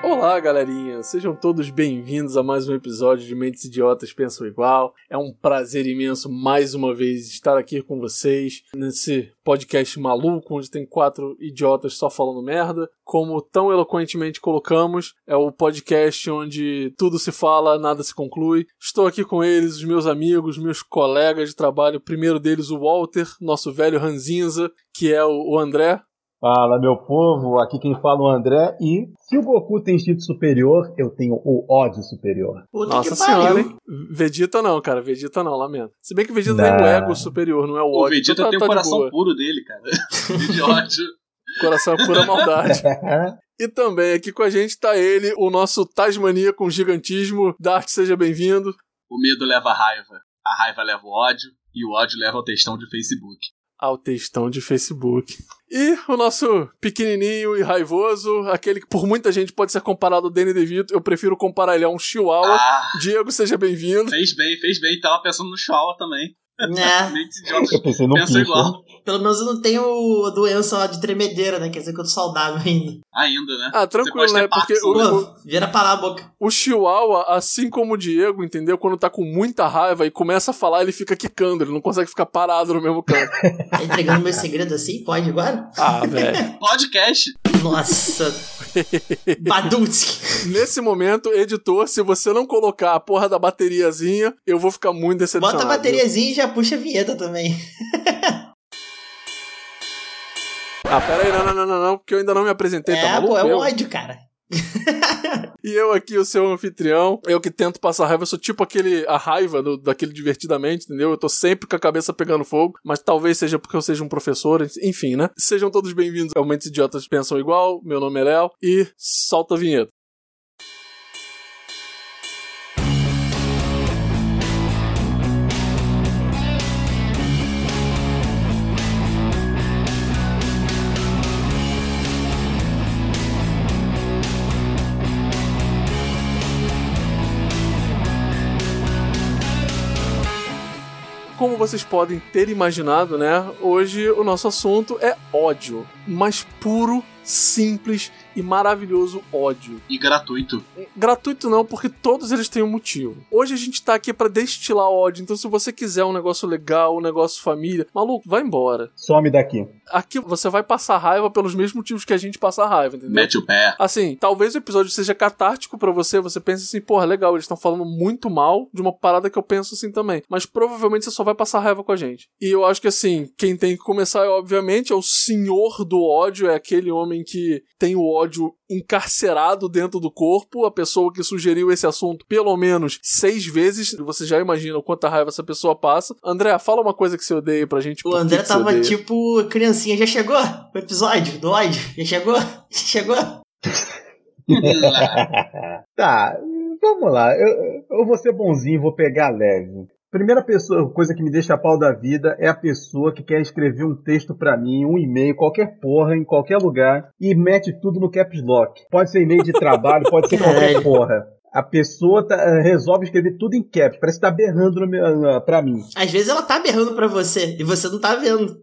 Olá, galerinha! Sejam todos bem-vindos a mais um episódio de Mentes Idiotas Pensam Igual. É um prazer imenso, mais uma vez, estar aqui com vocês nesse podcast maluco, onde tem quatro idiotas só falando merda. Como tão eloquentemente colocamos, é o podcast onde tudo se fala, nada se conclui. Estou aqui com eles, os meus amigos, meus colegas de trabalho. O primeiro deles, o Walter, nosso velho ranzinza, que é o André. Fala, meu povo, aqui quem fala é o André e se o Goku tem instinto superior, eu tenho o ódio superior. Puta Nossa senhora, hein? Vegeta não, cara, Vegeta não, lamento. Se bem que Vegeta tem Não. o ego superior, não é o O ódio. Vegeta então tá, tem tá o de coração boa. puro dele, cara. de ódio. Coração é pura maldade. E também aqui com a gente tá ele, o nosso Tasmania com gigantismo. Dart, seja bem-vindo. O medo leva a raiva. A raiva leva o ódio. E o ódio leva ao textão de Facebook. Ao textão de Facebook. E o nosso pequenininho e raivoso, aquele que por muita gente pode ser comparado ao Danny DeVito, eu prefiro comparar ele a um chihuahua. Ah, Diego, seja bem-vindo. fez bem, fez bem. Tava pensando no Chihuahua também. Né? Meio que esse idiota Eu pensei no pensa Pico. igual. Pelo menos eu não tenho a doença lá de tremedeira, né? Quer dizer que eu tô saudável ainda. Ainda, né? Ah, tranquilo, Você pode né? ter Porque Parkinson, o, né? o, Pô, vira parar a boca. O Chihuahua, assim como o Diego, entendeu? Quando tá com muita raiva e começa a falar, ele fica quicando, ele não consegue ficar parado no mesmo canto. Tá entregando meu segredo assim? Pode agora? Ah, velho. Podcast. Nossa. Badunski. Nesse momento, editor, se você não colocar a porra da bateriazinha, eu vou ficar muito decepcionado. Bota a bateriazinha e já puxa a vinheta também. Ah, pera aí, não, não, não, não, não, porque eu ainda não me apresentei, tá é, maluco? pô, é um Eu? ódio, cara. E eu aqui, o seu anfitrião, eu que tento passar raiva, eu sou tipo aquele, a raiva do- daquele divertidamente, entendeu? Eu tô sempre com a cabeça pegando fogo, mas talvez seja porque eu seja um professor, enfim, né? Sejam todos bem-vindos ao Mentes Idiotas Pensam Igual, meu nome é Léo, e solta a vinheta. Como vocês podem ter imaginado, né? Hoje o nosso assunto é ódio, mas puro, simples e maravilhoso ódio. E gratuito. Gratuito não, porque todos eles têm um motivo. Hoje a gente tá aqui pra destilar ódio, então se você quiser um negócio legal, um negócio família, maluco, vai embora. Some daqui. Aqui você vai passar raiva pelos mesmos motivos que a gente passa raiva, entendeu? Mete o pé. Assim, talvez o episódio seja catártico pra você, você pensa assim, porra, legal, eles estão falando muito mal de uma parada que eu penso assim também. Mas provavelmente você só vai passar raiva com a gente. E eu acho que assim, quem tem que começar, obviamente, é o senhor do ódio, é aquele homem que tem o ódio encarcerado dentro do corpo, a pessoa que sugeriu esse assunto pelo menos seis vezes, você já imagina o quanta raiva essa pessoa passa. André, fala uma coisa que você odeia aí pra gente. O por que André que você tava odeia? tipo criancinha. Já chegou o episódio do ódio? Já chegou? Já chegou? Tá, vamos lá. Eu, eu vou ser bonzinho, vou pegar leve. Primeira pessoa, coisa que me deixa a pau da vida é a pessoa que quer escrever um texto pra mim, um e-mail, qualquer porra, em qualquer lugar, e mete tudo no caps lock. Pode ser e-mail de trabalho, pode ser qualquer Caralho. porra. A pessoa tá- resolve escrever tudo em caps, parece que tá berrando no meu- pra mim. Às vezes ela tá berrando pra você e você não tá vendo.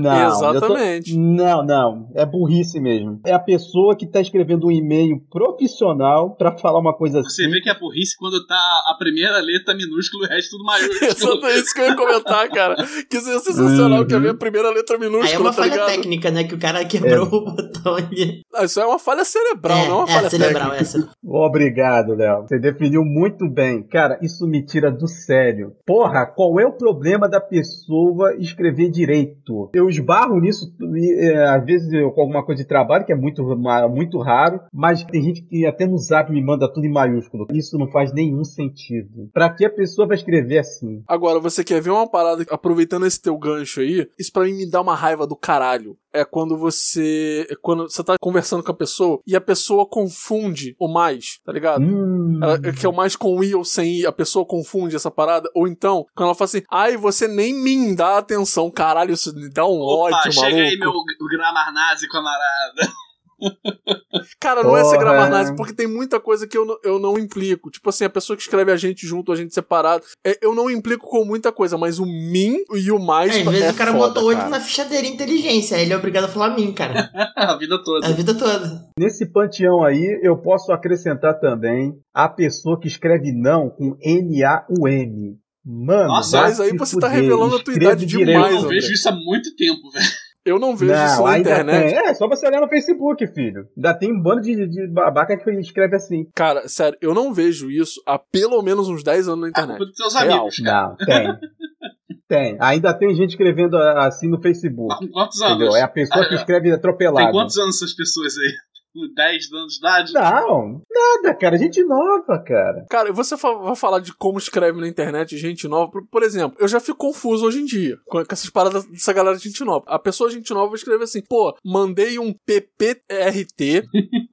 Não, Ah, Exatamente. eu tô- Não, não. É burrice mesmo. É a pessoa que tá escrevendo um e-mail profissional pra falar uma coisa assim. Você vê que é burrice quando tá a primeira letra minúscula e o resto tudo maiúsculo. Exatamente isso que eu ia comentar, cara. Que isso é sensacional, que é a minha primeira letra minúscula, Aí é uma tá falha ligado? técnica, né? Que o cara quebrou o botão ali. Ah, Isso é uma falha cerebral, não é uma é, falha é cerebral técnica. essa. Obrigado, Léo. Você definiu muito bem. Cara, isso me tira do sério. Porra, qual é o problema da pessoa escrever direito? Eu esbarro nisso, e, é, às vezes eu com alguma coisa de trabalho, que é muito, ma- muito raro, mas tem gente que até no zap me manda tudo em maiúsculo. Isso não faz nenhum sentido. Pra que a pessoa vai escrever assim? Agora, você quer ver uma parada, aproveitando esse teu gancho aí, isso pra mim me dá uma raiva do caralho. É quando você. é quando você tá conversando com a pessoa e a pessoa confunde o mais, tá ligado? Hum. Ela- que é o mais com i ou sem i, a pessoa confunde essa parada. Ou então, quando ela fala assim, ai, você nem me dá atenção, caralho, isso me dá um Opa, ódio, chega maluco. aí, meu Gramarnazi camarada. Cara, não é ser Porra. gramarnase, porque tem muita coisa que eu, não- eu não implico. Tipo assim, a pessoa que escreve a gente junto, a gente separado, é, eu não implico com muita coisa, mas o mim e o mais Às vezes é o cara foda, botou oito cara. na ficha dele inteligência, aí ele é obrigado a falar mim, cara. a vida toda. A vida toda. Nesse panteão aí, eu posso acrescentar também a pessoa que escreve não com N-A-U-M. Mano, Nossa, vai mas aí se você tá fuder. revelando a tua Escreve idade direito. Eu demais, não André. vejo isso há muito tempo, velho. Eu não vejo isso na ainda internet. tem. É, só você olhar no Facebook, filho. Ainda tem um bando de, de babaca que escreve assim. Cara, sério, eu não vejo isso há pelo menos uns 10 anos na A culpa internet. dos teus Real. amigos, cara. Não, tem. tem. Ainda tem gente escrevendo ah, assim no Mas Facebook. Tá com quantos anos? Entendeu? É a pessoa que escreve atropelado. Tem quantos anos essas pessoas aí? Com 10 anos de idade? Não, nada, cara. Gente nova, cara. Cara, você fa- vai falar de como escreve na internet gente nova. Por, por exemplo, eu já fico confuso hoje em dia com, com essas paradas dessa galera de gente nova. A pessoa gente nova escreve assim, pô, mandei um PPRT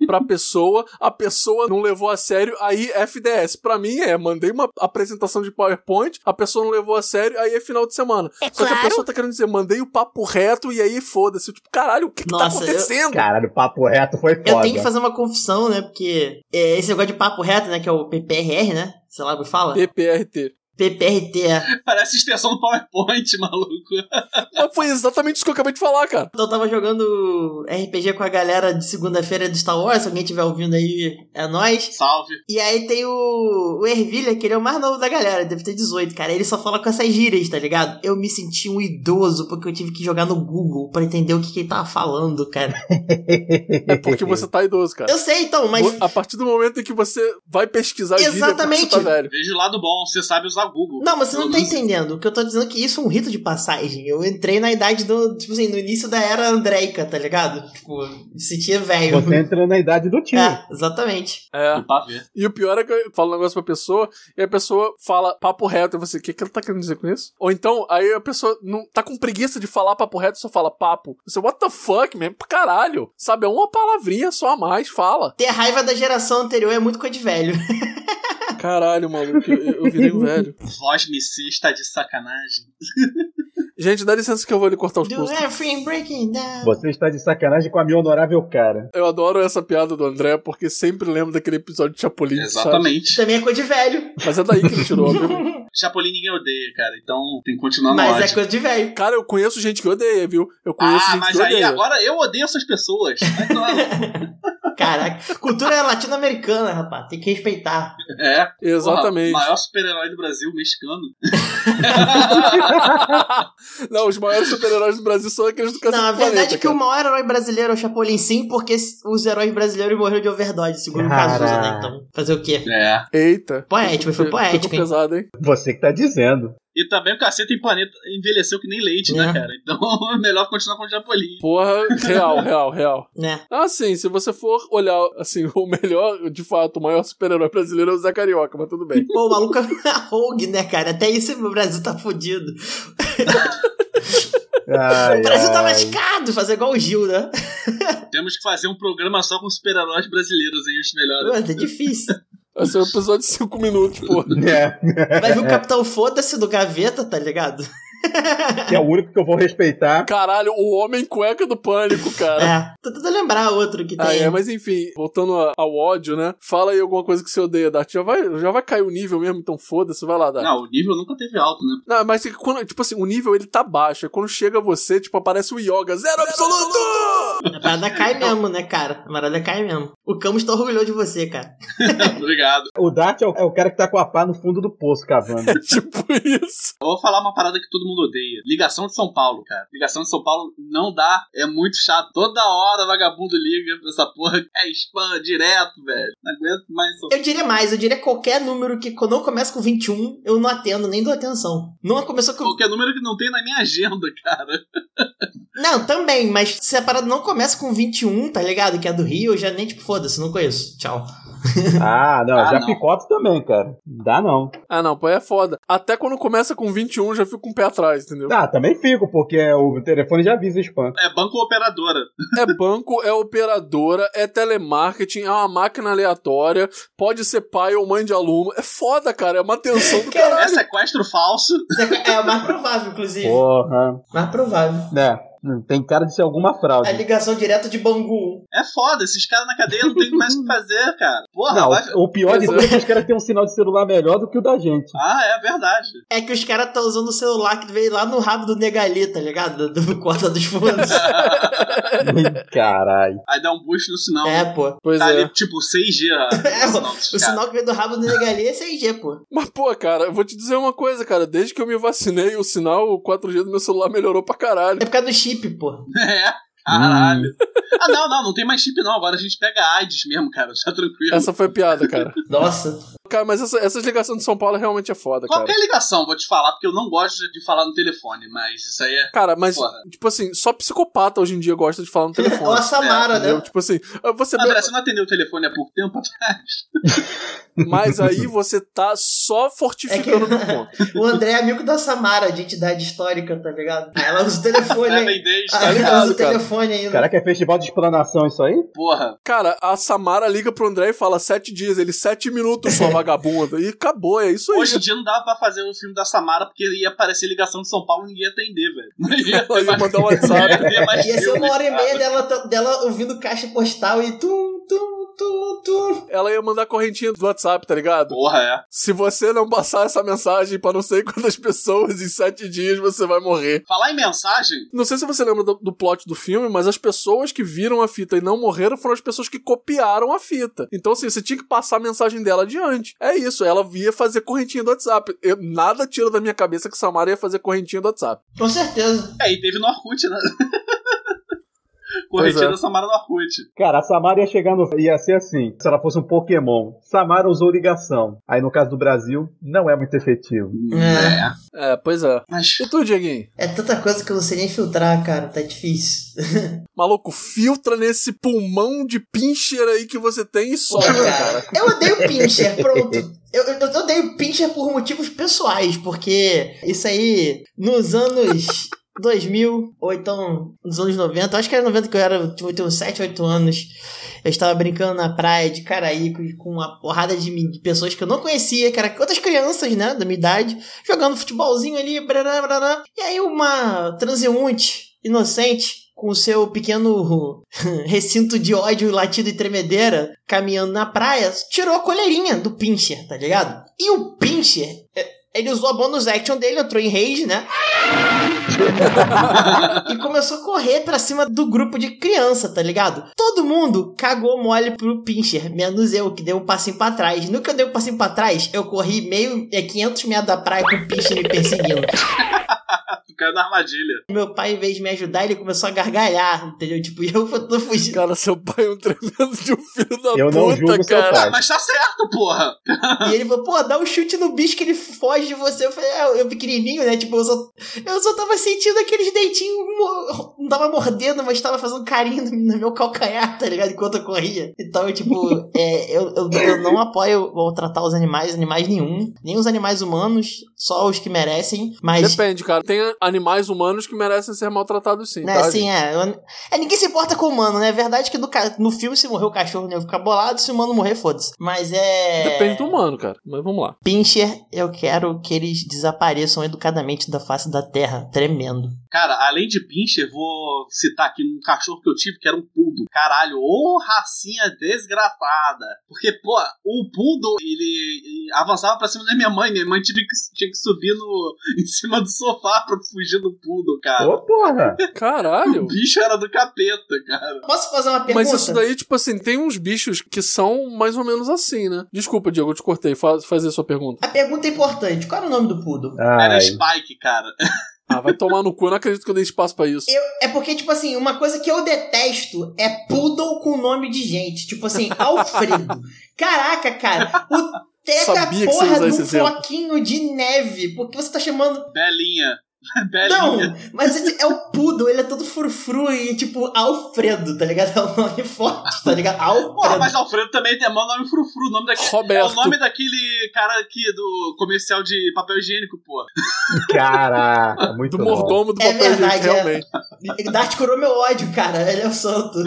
pra pessoa, a pessoa não levou a sério, aí FDS. Pra mim é, mandei uma apresentação de PowerPoint, a pessoa não levou a sério, aí é final de semana. É Só que a claro. pessoa tá querendo dizer, mandei o papo reto e aí foda-se. Eu, Tipo, caralho, o que, que tá Nossa, eu- acontecendo? Caralho, papo reto É, foi foda. Eu tenho que fazer uma confissão, né? Porque é, esse negócio de papo reto, né? Que é o PPRR, né? Sei lá como fala. PPRT. PPRT. é. Parece extensão do PowerPoint, maluco. Mas foi exatamente isso que eu acabei de falar, cara. Então eu tava jogando RPG com a galera de segunda-feira do Star Wars. Se alguém estiver ouvindo aí, é nóis. Salve. E aí tem o, o Ervilha, que ele é o mais novo da galera, deve ter 18, cara. Ele só fala com essas gírias, tá ligado? Eu me senti um idoso porque eu tive que jogar no Google pra entender o que, que ele tava falando, Tá. cara. É porque você tá idoso, cara. Eu sei então, mas. A partir do momento em que você vai pesquisar gíria, Exatamente. porque você tá velho. Vejo o lado bom, você sabe usar Google. Não, mas você não tá Pelo menos- entendendo. O que eu tô dizendo é que isso é um rito de passagem. Eu entrei na idade do. Tipo assim, no início da era andreica, tá ligado? Tipo, me sentia velho. Você é entra na idade do tio. É, exatamente. É. Do pavê. E o pior é que eu falo um negócio pra pessoa e a pessoa fala papo reto e você, o que, que ela tá querendo dizer com isso? Ou então, aí a pessoa não tá com preguiça de falar papo reto, só fala papo. Você, what the fuck, man? Caralho. Sabe, é uma palavrinha só a mais, fala. Ter raiva da geração anterior é muito coisa de velho. Caralho, maluco, eu, eu virei um velho. Voz MC está de sacanagem. Gente, dá licença que eu vou lhe cortar os Do pulsos. everything breaking down. Você está de sacanagem com a minha honorável cara. Eu adoro essa piada do André, porque sempre lembro daquele episódio de Chapolin, sabe? Exatamente. Também é coisa de velho. Mas é daí que ele tirou, né? viu? Chapolin ninguém odeia, cara. Então tem que continuar no Mas é ódio. coisa de velho. Cara, eu conheço gente que odeia, viu? Eu conheço Ah, gente mas que aí odeia. agora eu odeio essas pessoas. Vai tomar no cu. Caraca, cultura latino-americana, rapaz, tem que respeitar. É. Exatamente. Porra, maior super-herói do Brasil, mexicano. não, os maiores super-heróis do Brasil são aqueles do Cacete Não, a do verdade Planeta, é que o cara. maior herói brasileiro é o Chapolin, sim, porque os heróis brasileiros morreram de overdose, segundo o Caraca. Cazuza, né? Então, fazer o quê? É. Eita. Poético, foi Ficou poético, hein? é pesado, hein? Você que tá dizendo. E também o Caceta em Planeta envelheceu que nem leite, É. né, cara? Então é melhor continuar com o Chapolin. Porra, real, real, real. Né? Ah, sim, se você for olhar, assim, o melhor, de fato, o maior super-herói brasileiro é o Zé Carioca, mas tudo bem. Pô, o maluco é rogue, né, cara? Até isso o Brasil tá fudido. Ai, O Brasil tá ai. lascado, fazer igual o Gil, né? Temos que fazer um programa só com super-heróis brasileiros aí, os melhores. Pô, é difícil. Vai ser um episódio de 5 minutos, porra. É, Vai vir o Capitão Foda-se do Gaveta, tá ligado? que é o único que eu vou respeitar. Caralho, o homem cueca do pânico, cara. É, tô tentando lembrar outro que tem. Ah, é, mas enfim, voltando a- ao ódio, né? Fala aí alguma coisa que você odeia, Dart. Já vai, já vai cair o nível mesmo, então foda-se, vai lá, Dart. Não, o nível nunca teve alto, né? Não, mas é que quando, tipo assim, o nível ele tá baixo. É quando chega você, tipo, aparece o Yoga. Zero absoluto! A parada cai mesmo, né, cara? A parada cai mesmo. O Camus tá orgulhoso de você, cara. Obrigado. O Dart é o, é o cara que tá com a pá no fundo do poço cavando. É tipo isso. Eu vou falar uma parada que todo mundo odeia. Ligação de São Paulo, cara. Ligação de São Paulo não dá. É muito chato. Toda hora vagabundo liga pra essa porra. É spam direto, velho. Não aguento mais São Eu diria mais, eu diria qualquer número que quando eu começo com 21, eu não atendo, nem dou atenção. Não começou com. Qualquer número que não tem na minha agenda, cara. Não, também, mas se a parada não começa com 21, tá ligado? Que é do Rio, eu já nem tipo, foda-se, não conheço. Tchau. Ah, não, Ah, já não. picoto também, cara. Não Dá não. Ah, não, pô, é foda. Até quando começa com 21, já fico com o pé atrás, entendeu? Ah, também fico, porque o telefone já avisa spam. É banco operadora. É banco, é operadora, é telemarketing, é uma máquina aleatória, pode ser pai ou mãe de aluno. É foda, cara, é uma tensão do caralho. É sequestro falso. Isso É é o mais provável, inclusive. Porra. Mais provável. É. Hum, Tem cara de ser alguma fraude. A ligação direta de Bangu. um. É foda, esses caras na cadeia não tem mais o que fazer, cara. Porra, Não, vai. o o pior de tudo é que os caras têm um sinal de celular melhor do que o da gente. Ah, é verdade. É que os caras estão usando o celular que veio lá no rabo do Negali, tá ligado? Do, do Corta dos Fundos. É. Caralho. Aí dá um boost no sinal. é, pô. Pois tá é. ali, tipo, 6G. É, o pô, sinal dos O caras. sinal que veio do rabo do Negali é 6G, pô. Mas, pô, cara, eu vou te dizer uma coisa, cara. Desde que eu me vacinei, o sinal, o 4G do meu celular melhorou pra caralho. É por causa do chip, pô. É. Caralho. Hum. Hum. Ah, não, não, não tem mais chip, não. Agora a gente pega a AIDS mesmo, cara. Tá tranquilo. Essa foi piada, cara. Nossa. Cara, mas essa, essas ligações de São Paulo realmente é foda, cara. Qualquer ligação, vou te falar, porque eu não gosto de falar no telefone, mas isso aí é. Cara, mas, Porra. tipo assim, só psicopata hoje em dia gosta de falar no Ou a telefone. Samara, entendeu? né? Tipo assim, você André, você não atendeu o telefone há pouco tempo atrás? Mas aí você tá só fortificando É o que- meu ponto. O André é amigo da Samara, de entidade histórica, tá ligado? Aí Ela usa o telefone. Seven aí. Days, Ah, tá ela usa ligado, o cara. telefone ainda. Caraca, é festival de explanação isso aí? Porra. Cara, a Samara liga pro André e fala sete dias, ele sete minutos só, vagabundo. E acabou, é isso aí. Hoje em dia não dava pra fazer o filme da Samara porque ia aparecer ligação de São Paulo e ninguém ia atender, velho. Não ia Ela ter ia mais- mandar um É. WhatsApp. não ia ter mais Ia tá ser uma filme, hora e meia cara. dela, tá, dela ouvindo caixa postal e tum, tum, tum, tum. Ela ia mandar correntinha do WhatsApp, tá ligado? Porra, é. Se você não passar essa mensagem pra não sei quantas pessoas em sete dias, você vai morrer. Falar em mensagem, Não sei se você lembra do, do plot do filme, mas as pessoas que viram a fita e não morreram foram as pessoas que copiaram a fita. Então, assim, você tinha que passar a mensagem dela adiante. É isso, ela via fazer correntinha do WhatsApp. Eu- nada tira da minha cabeça que Samara ia fazer correntinha do WhatsApp. Com certeza. aí é, teve no Orkut, né? Pois Corretinha é. da Samara no Orkut. Cara, a Samara ia chegar no. ia ser assim, se ela fosse um Pokémon. Samara usou ligação. Aí no caso do Brasil, não é muito efetivo. Hum, É. É, pois é. Mas E tu, Dieguinho? É tanta coisa que eu não sei nem filtrar, cara. Tá difícil. Maluco, filtra nesse pulmão de pincher aí que você tem e solta, cara. Cara, eu odeio pincher, pronto. Eu, eu, eu odeio pincher por motivos pessoais, porque isso aí, nos anos 2000, ou então nos anos 90, eu acho que era 90 que eu era, tipo, eu tinha uns 7, 8 anos, eu estava brincando na praia de Caraíco com uma porrada de, men- de pessoas que eu não conhecia, que eram outras crianças, né, da minha idade, jogando futebolzinho ali, brará, brará. e aí uma transeunte inocente com o seu pequeno recinto de ódio, latido e tremedeira, caminhando na praia, tirou a coleirinha do Pincher, tá ligado? E o Pincher, é, ele usou a bonus action dele, entrou em rage, né? e começou a correr pra cima do grupo de criança, tá ligado? Todo mundo cagou mole pro Pincher, menos eu, que dei um passinho pra trás. No que eu dei um passinho pra trás, eu corri meio, é, 500 metros da praia com o Pincher me perseguindo. caiu na armadilha. Meu pai, em vez de me ajudar, ele começou a gargalhar, entendeu? Tipo, e eu tô fugindo. Cara, seu pai é um tremendo de um filho da Eu puta, não julgo seu cara. pai. Mas tá certo, porra. E ele falou, pô, dá um chute no bicho que ele foge de você. Eu falei, ah, eu pequenininho, né? Tipo, eu só, eu só tava sentindo aqueles dentinhos, mo- não tava mordendo, mas tava fazendo carinho no, no meu calcanhar, tá ligado? Enquanto eu corria. Então, eu, tipo, é, eu, eu, eu não apoio maltratar os animais, animais nenhum. Nem os animais humanos, só os que merecem. Mas Depende, cara. Tem animais humanos que merecem ser maltratados sim, Né, tá? assim, é, eu- é, Ninguém se importa com o humano, né? É verdade que no, ca- no filme, se morrer o cachorro, né? Ficar bolado, se o humano morrer, foda-se. Mas é. Depende do humano, cara. Mas vamos lá. Pincher, eu quero que eles desapareçam educadamente da face da terra. Tremendo. Cara, além de pincher, vou citar aqui um cachorro que eu tive que era um poodle. Caralho, ô racinha desgraçada. Porque, pô, o poodle, ele, ele avançava pra cima da minha mãe. Minha mãe tinha que, tinha que subir no, em cima do sofá pra fugir do poodle, Ah. cara. Ô, porra! Caralho! O bicho era do capeta, cara. Posso fazer uma pergunta? Mas isso daí, tipo assim, tem uns bichos que são mais ou menos assim, né? Desculpa, Diego, eu te cortei. Fa fazer a sua pergunta. A pergunta é importante. Qual era o nome do poodle? Era Ai, Spike, cara. Ah, vai tomar no cu, eu não acredito que eu dei espaço pra isso. Eu, é porque, tipo assim, uma coisa que eu detesto é poodle com nome de gente. Tipo assim, Alfredo. Caraca, cara. O teca a Sabia que você ia porra usar do esse exemplo. floquinho de neve. Porque você tá chamando Belinha. Belinha. Não, mas esse é o Poodle, ele é todo frufru e tipo Alfredo, tá ligado? É um nome forte, tá ligado? Porra, Alfredo. mas Alfredo também tem mau nome frufru. O nome daquele. É o Roberto. nome daquele cara aqui do comercial de papel higiênico, pô. caraca, muito Do bom. mordomo do É papel higiênico, verdade, é. realmente. Ele Dart curou meu ódio, cara. Ele é o santo.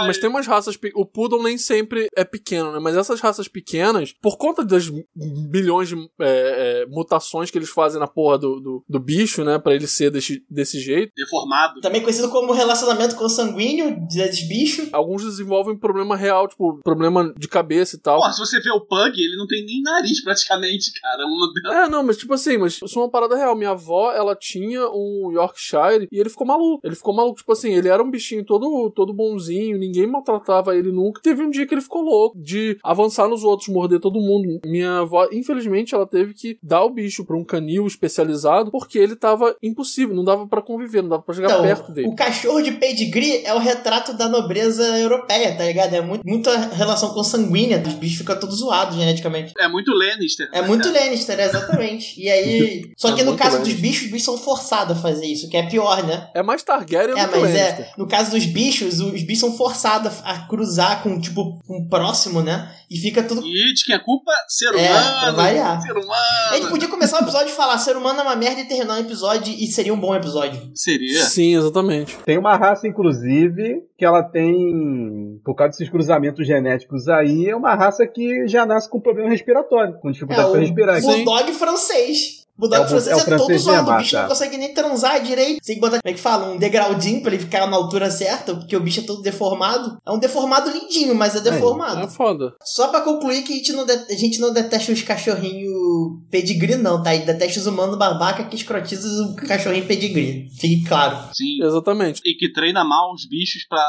Mas tem umas raças. pe- O poodle nem sempre é pequeno, né? Mas essas raças pequenas, por conta das bilhões de é, é, mutações que eles fazem na porra do, do, do bicho, né? Pra ele ser desse, desse jeito. Deformado. Também conhecido como relacionamento consanguíneo desses bichos. Alguns desenvolvem problema real, tipo, problema de cabeça e tal. Pô, se você vê o Pug, ele não tem nem nariz praticamente, cara. Um Uma... É, não, mas tipo assim, mas isso é uma parada real. Minha avó, ela tinha um Yorkshire e ele ficou maluco. Ele ficou maluco, tipo assim, ele era um bichinho todo, todo bonzinho, ninguém maltratava ele nunca. Teve um dia que ele ficou louco de avançar nos outros, morder todo mundo. Minha avó, infelizmente, ela teve que dar o bicho pra um canil especializado porque ele tava impossível, não dava pra conviver, não dava pra chegar Então, perto dele. o cachorro de pedigree é o retrato da nobreza europeia, tá ligado? É muito, muita relação consanguínea, os bichos ficam todos zoados geneticamente. É muito Lannister. É muito Lannister, exatamente. E aí. Só que É no muito caso Lannister. dos bichos, os bichos são forçados a fazer isso, que é pior, né? É mais Targaryen É, do que mas Lannister. é. No caso dos bichos, os bichos são forçados a a cruzar com, tipo, um próximo, né? E fica tudo. E de quem é culpa? Ser humano. É, pra variar. É tipo Ser A gente humano. podia começar o episódio e falar ser humano é uma merda e terminar o episódio e seria um bom episódio. Seria. Sim, exatamente. Tem uma raça, inclusive, que ela tem, por causa desses cruzamentos genéticos aí, é uma raça que já nasce com problema respiratório, com É dificuldade o para Tipo, respirar. Bulldog francês. É Bulldog o bu- francês é o é, todo francês zoado. O gemado, bicho não tá. consegue nem transar direito. Tem que botar, como é que fala? Um degraudinho pra ele ficar na altura certa, porque o bicho é todo deformado. É um deformado lindinho, mas é É deformado. foda. Só pra concluir que a gente não, de- a gente não detesta os cachorrinhos pedigree, não, tá? A gente detesta os humanos babaca que escrotiza o cachorrinho pedigree. Fique claro. Sim. Exatamente. E que treina mal os bichos pra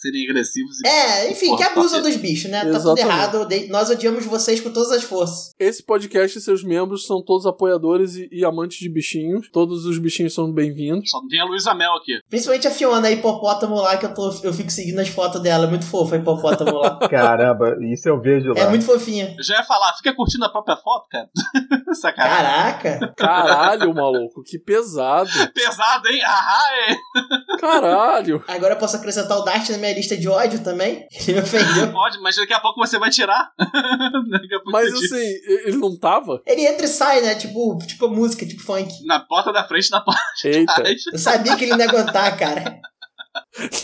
serem agressivos. e- É, enfim, que Porra, abusa tá- dos bichos, né? Tá tudo Exatamente. errado. eu odeio- Nós odiamos vocês com todas as forças. Esse podcast e seus membros são todos apoiadores e, e amantes de bichinhos. Todos os bichinhos são bem-vindos. Só não tem a Luísa Mel aqui. Principalmente a Fiona, a hipopótamo lá, que eu, tô, eu fico seguindo as fotos dela. É muito fofa a hipopótamo lá. Caramba, isso eu vejo lá. É muito fofinha. Eu já ia falar, fica curtindo a própria foto, cara. Sacanagem. Caraca! Caralho, maluco, que pesado. Pesado, hein? Ahá, é. Caralho. Agora eu posso acrescentar o Dart na minha lista de ódio também. Ele me ofendeu. Pode, mas daqui a pouco você vai tirar. Daqui a pouco Mas você tira. assim, e- ele não tava? Ele entra e sai, né? Tipo, tipo música, tipo funk. Na porta da frente, na porta de Eita, trás. Eu sabia que ele não ia aguentar, cara.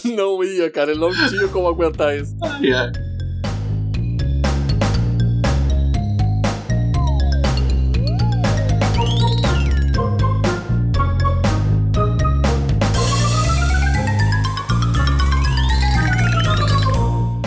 não ia, cara. Ele não tinha como aguentar isso. Ai, ai.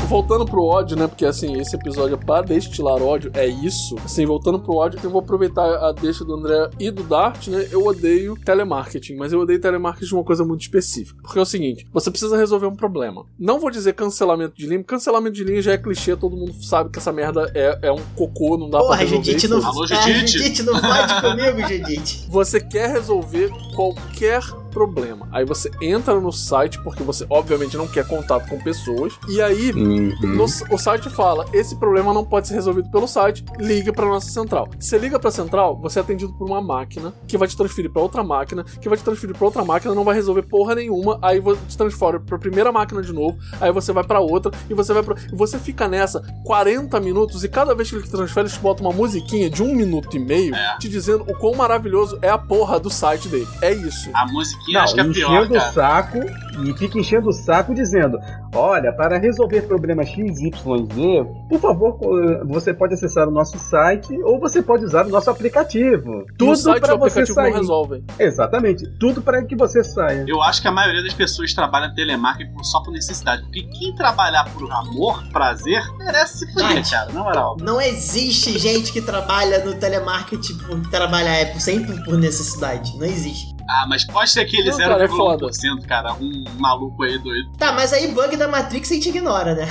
Voltando pro ódio, né? Porque assim, esse episódio é pra destilar ódio, é isso. Assim, voltando pro ódio, eu vou aproveitar a deixa do André e do Dart, né? Eu odeio telemarketing, mas eu odeio telemarketing de uma coisa muito específica. Porque é o seguinte: você precisa resolver um problema. Não vou dizer cancelamento de linha, porque cancelamento de linha já é clichê, todo mundo sabe que essa merda é, é um cocô, não dá pra Porra, resolver. Judite, e não, foda-se. Alô, Ah, Judite. Judite, não fode comigo, Judite. Você quer resolver qualquer problema. Aí você entra no site, porque você obviamente não quer contato com pessoas. E aí, Uhum. no- o site fala: esse problema não pode ser resolvido pelo site, liga pra nossa central. Você liga pra central, você é atendido por uma máquina que vai te transferir pra outra máquina, que vai te transferir pra outra máquina, não vai resolver porra nenhuma. Aí você te transforma pra primeira máquina de novo, aí você vai pra outra e você vai pra. E você fica nessa 40 minutos e cada vez que ele te transfere, eles botam uma musiquinha de um minuto e meio te dizendo o quão maravilhoso é a porra do site dele. É isso. A musiquinha Não, acho que é a pior, enchendo o cara. saco e fica enchendo o saco dizendo: Olha, para resolver problema XYZ, por favor, eh, você pode acessar o nosso site ou você pode usar o nosso aplicativo. E o Tudo site e para o você aplicativo sair. não resolvem. Exatamente, tudo para que você saia. Eu acho que a maioria das pessoas trabalha telemarketing por- só por necessidade. Porque quem trabalhar por amor, prazer, merece se fuder, Ai. cara. Na moral. Não existe gente que trabalha no telemarketing por trabalhar, é por- sempre por necessidade. Não existe. Ah, mas pode ser aquele Não, cara, é foda. 0,1%, cara. Um maluco aí doido. Tá, mas aí bug da Matrix a gente ignora, né?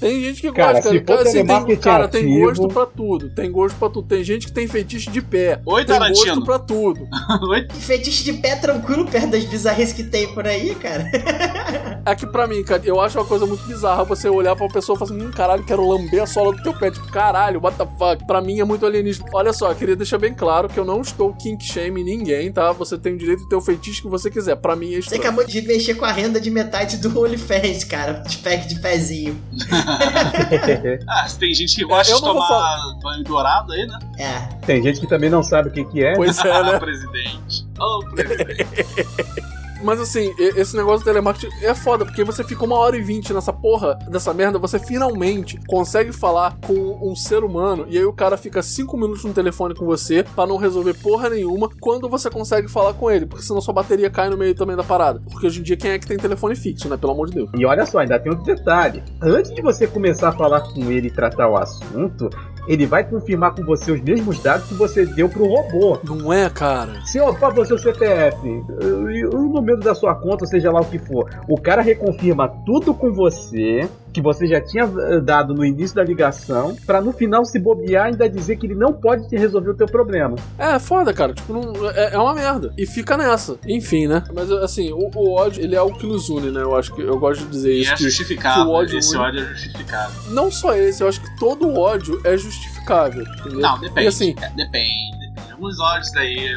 Tem gente que Cara, gosta, cara. se for Cara, assim, tem, telemarketing cara, tem ativo- gosto pra tudo. Tem gosto pra tudo. Tem gente que tem feitiço de pé. Oi, Tem gosto Tarantino. pra tudo. Oi, E Fetiche de pé tranquilo perto das bizarrices que tem por aí, cara. É que pra mim, cara, eu acho uma coisa muito bizarra você olhar pra uma pessoa e falar assim, hum, caralho, quero lamber a sola do teu pé. Tipo, caralho, what the fuck? Pra mim é muito alienígena. Olha só, eu queria deixar bem claro que eu não estou kink shame ninguém, tá? Você tem o direito de ter o feitiço que você quiser. Pra mim é Você estranho. acabou de mexer com a renda de metade do OnlyFans, cara. De pack de pezinho. Ah, se tem gente que gosta É, Eu de não vou tomar banho dourado aí, né? É. né? Tem gente que também não sabe o que, que é. Pois é, Ah, né? presidente. Ô, presidente. Mas assim, e- esse negócio do telemarketing é foda, porque você fica uma hora e vinte nessa porra, nessa merda, você finalmente consegue falar com um ser humano, e aí o cara fica cinco minutos no telefone com você pra não resolver porra nenhuma quando você consegue falar com ele, porque senão sua bateria cai no meio também da parada. Porque hoje em dia quem é que tem telefone fixo, né? Pelo amor de Deus. E olha só, ainda tem outro detalhe. Antes de você começar a falar com ele e tratar o assunto, ele vai confirmar com você os mesmos dados que você deu pro robô. Não é, cara? Senhor, por favor, seu CPF, e o número um da sua conta, seja lá o que for. O cara reconfirma tudo com você, que você já tinha eh, dado no início da ligação, pra no final se bobear e ainda dizer que ele não pode te resolver o teu problema. É, foda, cara. Tipo, não- é, é uma merda. E fica nessa. Enfim, né? Mas assim, o, o ódio, ele é algo que nos une, né? Eu acho que eu gosto de dizer E isso. é que- que justificável. o ódio Esse une. ódio é justificável. não só esse, eu acho que todo ódio é justificável. entendeu? Não, depende. E assim, É, depende. depende. Alguns ódios daí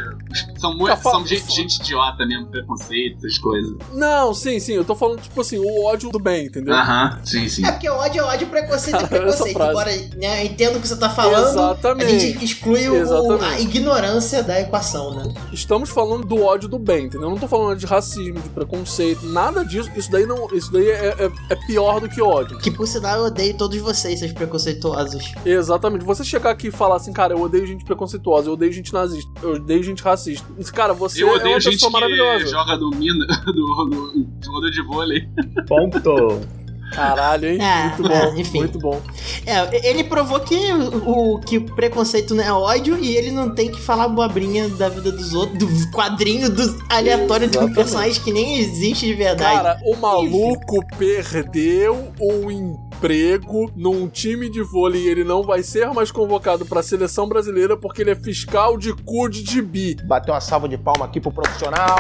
são, muito, Tá, fa- são gente, gente idiota mesmo, preconceito, essas coisas. não, sim, sim, eu tô falando, tipo assim, o ódio do bem, entendeu? Aham, sim, sim. É porque ódio é ódio, preconceito Cara, é preconceito. essa frase. Embora né, eu entendo o que você tá falando, a Exatamente. gente exclui o- Exatamente. a ignorância da equação, né? Estamos falando do ódio do bem, entendeu? Eu não tô falando de racismo, de preconceito, nada disso. Isso daí não. Isso daí é, é- é pior do que ódio. Que por sinal eu odeio todos vocês, seus preconceituosos. Exatamente. Você chegar aqui e falar assim, cara, eu odeio gente preconceituosa, eu odeio gente nazista, eu odeio gente racista. Cara, você Eu é odeio uma gente pessoa que maravilhosa. joga no mina, do, do jogador de vôlei. Ponto. Caralho, hein? Ah, muito bom. ah, enfim. Muito bom. É, ele provou que o, o- que o preconceito não é ódio e ele não tem que falar abobrinha da vida dos outros, do quadrinho do aleatório de um Exatamente. personagem que nem existe de verdade. Cara, o maluco perdeu o emprego num time de vôlei e ele não vai ser mais convocado pra seleção brasileira porque ele é fiscal de cu de gibi. Bateu uma salva de palma aqui pro profissional.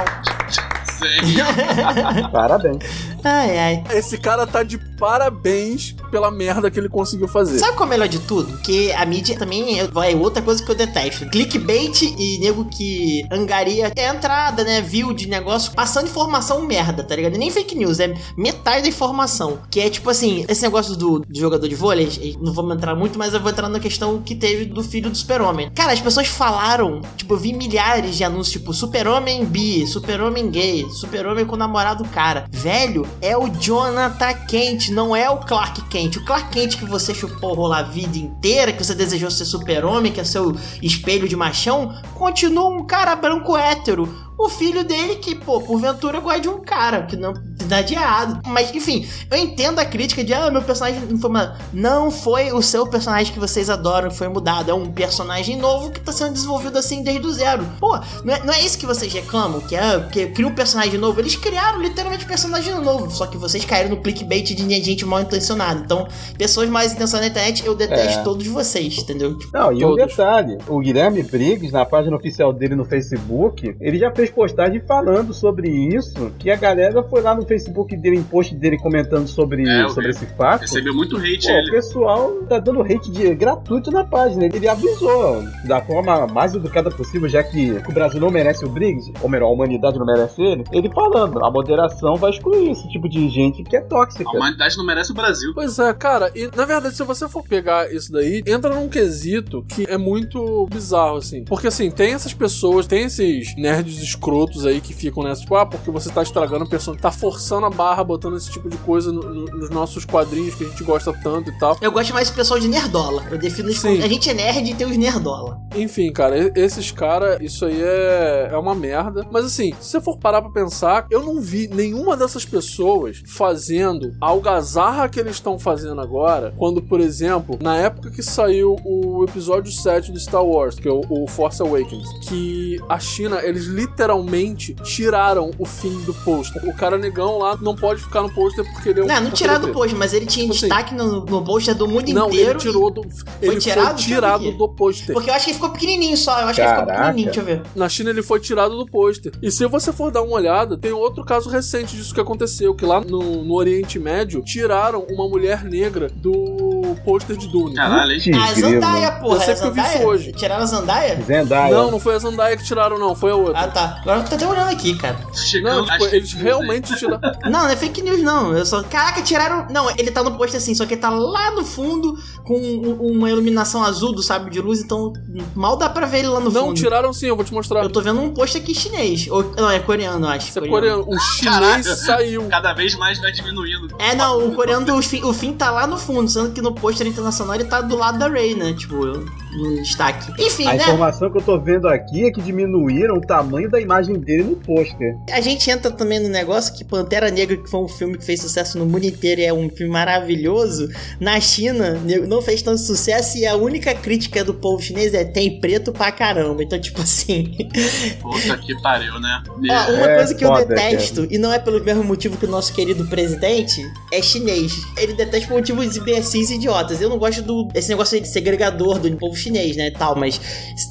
Sério. Parabéns. ai, ai. Esse cara tá de parabéns pela merda que ele conseguiu fazer. Sabe qual é o melhor de tudo? Que a mídia também é vai, outra coisa que eu detesto. Clickbait e nego que angaria é a entrada, né? View de negócio passando informação merda, tá ligado? Nem fake news, é metade da informação. Que é tipo assim, esse negócio do, do jogador de vôlei, e não vamos entrar muito, mas eu vou entrar na questão que teve do filho do super-homem. Cara, as pessoas falaram, tipo, eu vi milhares de anúncios, tipo, super-homem bi, super-homem gay, super-homem com namorado cara. Velho, é o Jonathan Kent, não é o Clark Kent. O Clark Kent que você chupou rolar a vida inteira, que você desejou ser super-homem, que é seu espelho de machão, continua um cara branco hétero. O filho dele que, pô, porventura gosta de um cara, que não dá de errado. Mas, enfim, eu entendo a crítica de, ah, meu personagem não foi mudado. Não foi o seu personagem que vocês adoram que foi mudado. É um personagem novo que tá sendo desenvolvido assim desde o zero. Pô, não é, não é isso que vocês reclamam, que é porque cria um personagem novo. Eles criaram literalmente um personagem novo, só que vocês caíram no clickbait de gente mal intencionada. Então, pessoas mal intencionadas na internet, eu detesto É. todos vocês, entendeu? Não, e um Todos. detalhe: o Guilherme Briggs, na página oficial dele no Facebook, ele já fez postagem falando sobre isso. Que a galera foi lá no Facebook dele, em post dele, comentando sobre, É, eu sobre vi. esse fato. Recebeu muito hate É, Pô, o ele. pessoal tá dando hate de, gratuito na página. Ele avisou da forma mais educada possível, já que o Brasil não merece o Briggs, ou melhor, a humanidade não merece ele. Ele falando, a moderação vai excluir esse tipo de gente que é tóxica. A humanidade não merece o Brasil. Pois é, cara, e na verdade, se você for pegar isso daí, entra num quesito que é muito bizarro, assim. Porque assim, tem essas pessoas, tem esses nerds escrotos aí que ficam nessa, tipo, ah, porque você tá estragando a pessoa, tá forçando a barra, botando esse tipo de coisa no- no- nos nossos quadrinhos que a gente gosta tanto e tal. Eu gosto mais do pessoal de nerdola. Eu defino isso como- Sim. A gente é nerd e tem os nerdola. Enfim, cara, e- esses caras, isso aí é, é uma merda. Mas assim, se você for parar pra pensar, eu não vi nenhuma dessas pessoas fazendo a algazarra que eles estão fazendo agora. Quando, por exemplo, na época que saiu o episódio 7 do Star Wars, que é o, o Force Awakens, que a China, eles literalmente tiraram o fim do pôster. O cara negão lá não pode ficar no pôster porque ele é um. Não, não tiraram do LGBT. post, mas ele tinha Tipo assim, destaque no, no poster do mundo Não, inteiro. ele tirou do. Ele tirado? foi tirado Sabe do pôster. Porque eu acho que ele ficou pequenininho só. Eu acho que ele ficou Caraca. pequenininho, deixa eu ver. Na China ele foi tirado do pôster. E se você for dar uma olhada, tem outro caso recente disso que aconteceu, que lá no, no Oriente Médio tiraram uma mulher negra do pôster de Dune. Caralho, hein? Putz, Ah, a grilo. Zandaia, porra. Eu sei é a porque eu vi isso Zandaia? hoje. Tiraram a Zandaia? Zendaya. Não, não foi a Zandaya que tiraram, não, foi a outra. Ah, tá. Agora eu tô até olhando aqui, cara. Chegando Não, tipo, às eles conclusões. realmente tiraram. Não, não é fake news, não. Eu só. Caraca, tiraram. Não, ele tá no posto assim, só que ele tá lá no fundo com u- uma iluminação azul do sábio de luz, então mal dá pra ver ele lá no Não, fundo. tiraram sim, eu vou te mostrar. Eu tô vendo um post aqui chinês. Ou, não, é coreano, eu acho. Isso é coreano. O chinês Caraca. saiu. Cada vez mais vai diminuindo. É, não, o coreano, do fim, o fim tá lá no fundo, sendo que no pôster internacional ele tá do lado da Ray, né? Tipo, eu- no destaque. Enfim, A né? informação que eu tô vendo aqui é que diminuíram o tamanho da imagem dele no pôster. A gente entra também no negócio que Pantera Negra, que foi um filme que fez sucesso no mundo inteiro e é um filme maravilhoso, na China ne- não fez tanto sucesso e a única crítica do povo chinês é tem preto pra caramba. Então, tipo assim. Puta que pariu, né? Ó, uma É coisa que eu foda, detesto, e não é pelo mesmo motivo que o nosso querido presidente, é chinês. Ele detesta por motivos imbecis e idiotas. Eu não gosto do esse negócio de segregador do povo chinês, né, e tal, mas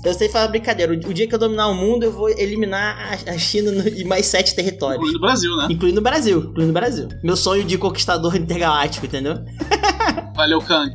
eu sei falar brincadeira. O, o dia que eu dominar o mundo, eu vou eliminar a, a China no- e mais sete Ah, territórios. Incluindo o Brasil, né? Incluindo o Brasil, incluindo o Brasil. Meu sonho de conquistador intergaláctico, entendeu? Valeu, Kang.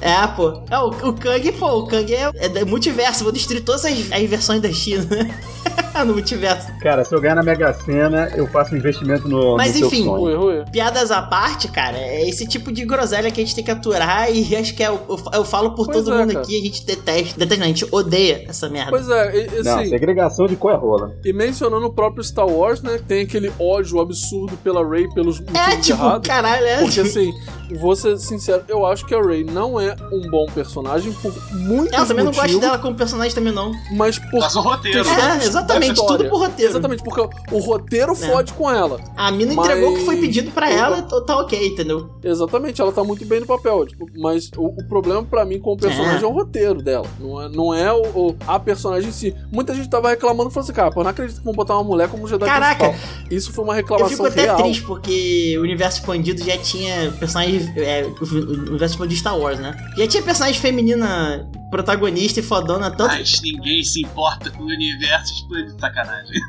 É, pô. É, o, o Kang, pô, o Kang é, é do multiverso. Vou destruir todas as, as versões da China né? no multiverso. Cara, se eu ganhar na Mega Sena, eu faço um investimento no, Mas no seu enfim, sonho. Ué, ué. Piadas à parte, cara, é esse tipo de groselha que a gente tem que aturar e acho que é, o- eu, eu falo por Pois todo é, mundo cara. aqui, a gente detesta, detesta, não, a gente odeia essa merda. Pois é, e, e, Não, assim, segregação de cor é rola. e mencionando o próprio Star Wars, né? Tem aquele ódio absurdo pela Rey pelos motivos é, tipo, errados. caralho, é. Porque tipo, assim, vou ser sincero, eu acho que a Rey não é um bom personagem por muitos eu também não gosto motivos, dela como personagem também, não. mas por Faz o roteiro. Questão É, de- exatamente, da história. tudo por roteiro. Exatamente, porque o É. roteiro fode com ela. A mina Mas- entregou o que foi pedido pra ela e tá ok, entendeu? Exatamente, ela tá muito bem no papel. tipo, mas o, o problema pra mim com o personagem é. É. o roteiro dela. Não é, não é o, o- a personagem em si. Muita gente tava reclamando, falando assim, cara, pô, não acredito é que vão botar uma mulher como Jedi Caraca. principal. Isso foi uma Eu fico reclamação até real. triste porque o universo expandido já tinha personagens. É, o o universo expandido de Star Wars, né? Já tinha personagem feminina protagonista e fodona tanto. Mas ninguém se importa com o universo expandido. Sacanagem.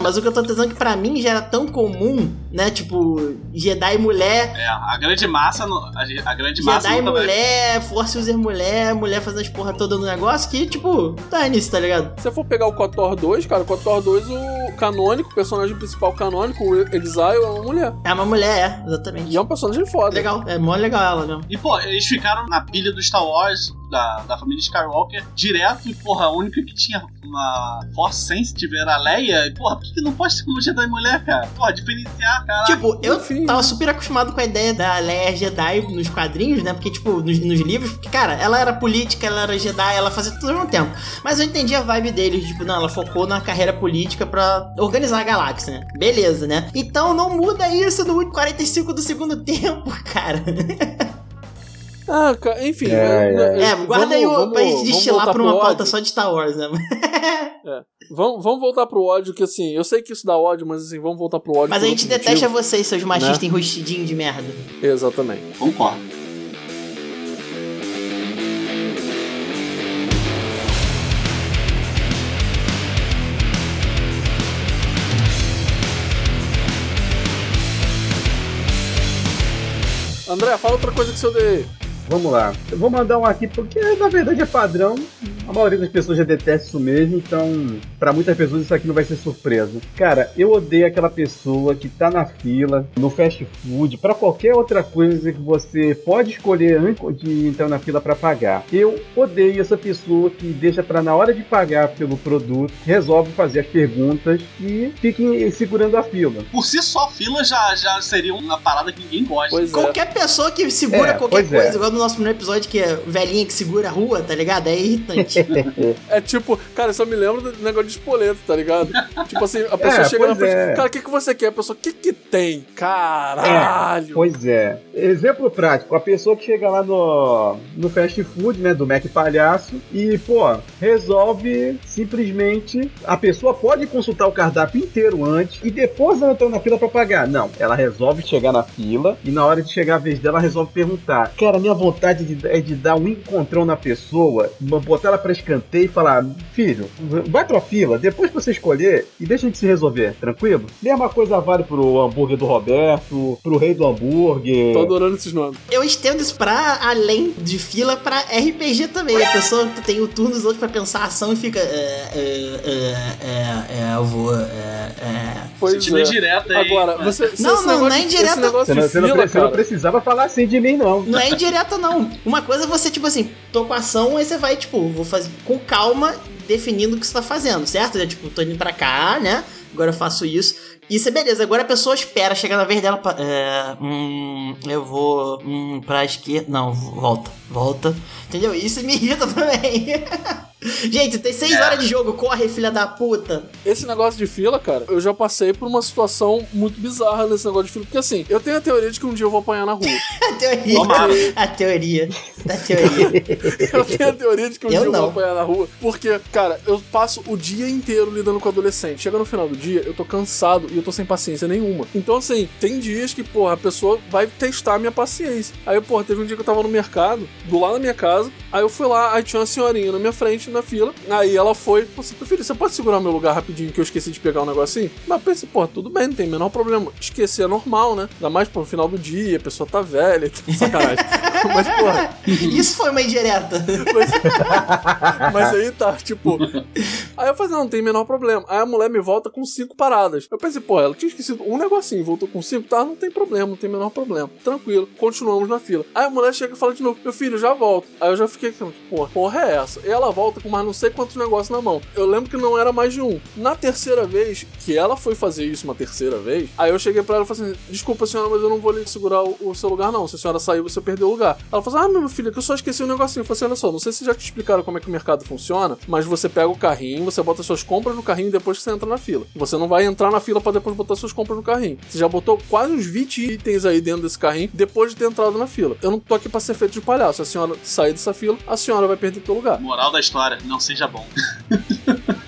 Mas o que eu tô dizendo é que pra mim já era tão comum, né? Tipo, Jedi mulher, É, a grande massa. não- A, ge- a grande massa Jedi nunca vai- mulher, Force User mulher, mulher fazendo as porra toda no negócio que, tipo, dane-se, tá ligado? Se você for pegar o KOTOR 2, cara, o KOTOR 2, o canônico, o personagem principal canônico, o Exile, é uma mulher. É uma mulher, é, exatamente. E é um personagem foda. Legal, é mó legal ela mesmo. E, pô, eles ficaram na pilha do Star Wars, da, da família Skywalker, direto. E, porra, a única que tinha uma Force Sensitive era a Leia. E, porra, por que, que não pode ser como Jedi mulher, cara? Porra, diferenciar, cara. Tipo, eu enfim, tava né? super acostumado com a ideia da Leia Jedi nos quadrinhos, né? Porque, tipo, nos, nos livros, porque, cara, ela era política, ela era Jedi, ela fazia tudo ao mesmo tempo. Mas eu entendi a vibe deles, tipo, não, ela focou na carreira política pra organizar a galáxia, né? Beleza, né? Então não muda isso no 45 do segundo tempo, cara. Ah, cara, enfim. né, É, é. É, guarda aí o, pra gente destilar pra uma pauta só de Star Wars, né? Vamos, vamos voltar pro ódio, que assim, eu sei que isso dá ódio, mas assim, vamos voltar pro ódio. Mas a por gente outro detesta motivo. vocês, seus Né? machistas enrustidinhos de merda. Exatamente. Concordo. André, fala outra coisa que você odeia. Vamos lá. Eu vou mandar um aqui porque na verdade é padrão. A maioria das pessoas já detesta isso mesmo, então pra muitas pessoas isso aqui não vai ser surpresa. Cara, eu odeio aquela pessoa que tá na fila, no fast food, pra qualquer outra coisa que você pode escolher antes de entrar na fila pra pagar. Eu odeio essa pessoa que deixa pra na hora de pagar pelo produto, resolve fazer as perguntas e fica em- segurando a fila. Por si só, fila já, já seria uma parada que ninguém gosta. Pois é. Qualquer pessoa que segura É, qualquer pois é. coisa, igual no nosso primeiro episódio, que é velhinha que segura a rua, tá ligado? É irritante. É tipo, cara, eu só me lembro do negócio de espoleto, tá ligado? tipo assim, a pessoa É, chega na pois frente, é. cara, o que, que você quer? A pessoa, o que que tem? Caralho! Pois é. Exemplo prático, a pessoa que chega lá no, no fast food, né, do Mac Palhaço, e, pô, resolve simplesmente... A pessoa pode consultar o cardápio inteiro antes e depois ela entra na fila pra pagar. Não, ela resolve chegar na fila e na hora de chegar a vez dela, ela resolve perguntar. Cara, minha vontade de- é de dar um encontrão na pessoa, botar ela pra escanteio e falar, filho, vai pra fila, depois que você escolher e deixa a gente se resolver, tranquilo? Mesma coisa vale pro hambúrguer do Roberto, pro rei do hambúrguer. Tô adorando esses nomes. Eu estendo isso pra além de fila pra RPG também. A pessoa tem o turno dos outros pra pensar a ação e fica. É, é, é, é, é, eu vou. É, é. Pois Sentido é. indireta aí. né? Agora, mano. você. Não, esse não, negócio não é de- indireta. Esse negócio Você não, de você não fila, pre- você não cara. precisava falar assim de mim, não. Não é indireta, não. Uma coisa é você, tipo assim, tô com ação, aí você vai, tipo, vou fazer com calma, definindo o que você tá fazendo, certo? É, tipo, tô indo pra cá, né? Agora eu faço isso. Isso é beleza. Agora a pessoa espera chegar na vez dela pra. É, hum, eu vou. Hum, pra esquerda. Não, volta, volta. Entendeu? Isso me irrita também. Gente, tem seis É. horas de jogo, corre, filha da puta. Esse negócio de fila, cara, eu já passei por uma situação muito bizarra nesse negócio de fila. Porque assim, eu tenho a teoria de que um dia eu vou apanhar na rua. A teoria. Tomara. A teoria. A teoria. Eu tenho a teoria de que um Eu dia eu não. vou apanhar na rua. Porque, cara, eu passo o dia inteiro lidando com adolescente. Chega no final do dia, eu tô cansado e eu tô sem paciência nenhuma. Então, assim, tem dias que, porra, a pessoa vai testar a minha paciência. Aí, porra, teve um dia que eu tava no mercado, do lado da minha casa. Aí eu fui lá, aí tinha uma senhorinha na minha frente, na fila. Aí ela foi e falou assim: "Meu filho, você pode segurar meu lugar rapidinho que eu esqueci de pegar um negocinho? Mas eu pensei, porra, tudo bem, não tem o menor problema. Esquecer é normal, né? Ainda mais, pô, no final do dia, a pessoa tá velha, e tal. sacanagem. Mas, porra. Isso foi uma indireta. Mas, mas aí tá, tipo. Aí eu falei, não, não tem menor problema. Aí a mulher me volta com cinco paradas. Eu pensei, pô, ela tinha esquecido um negocinho, voltou com cinco, tá? Não tem problema, não tem menor problema. Tranquilo, continuamos na fila. Aí a mulher chega e fala de novo, meu filho, já volto. Aí eu já fiquei, tipo, porra, porra é essa? E ela volta com mais não sei quantos negócios na mão. Eu lembro que não era mais de um. Na terceira vez, que ela foi fazer isso uma terceira vez, aí eu cheguei pra ela e falei assim: desculpa, senhora, mas eu não vou lhe segurar o, o seu lugar, não. Se a senhora saiu, você perdeu o lugar. Ela falou assim: ah, meu filho, é que eu só esqueci um negocinho. Eu falei assim: olha só, não sei se já te explicaram como é que o mercado funciona, mas você pega o carrinho, você bota suas compras no carrinho depois que você entra na fila. Você não vai entrar na fila pra depois botar suas compras no carrinho. Você já botou quase uns 20 itens aí dentro desse carrinho depois de ter entrado na fila. Eu não tô aqui pra ser feito de palhaço. A senhora sair dessa fila, a senhora vai perder teu lugar. Moral da história, não seja bom.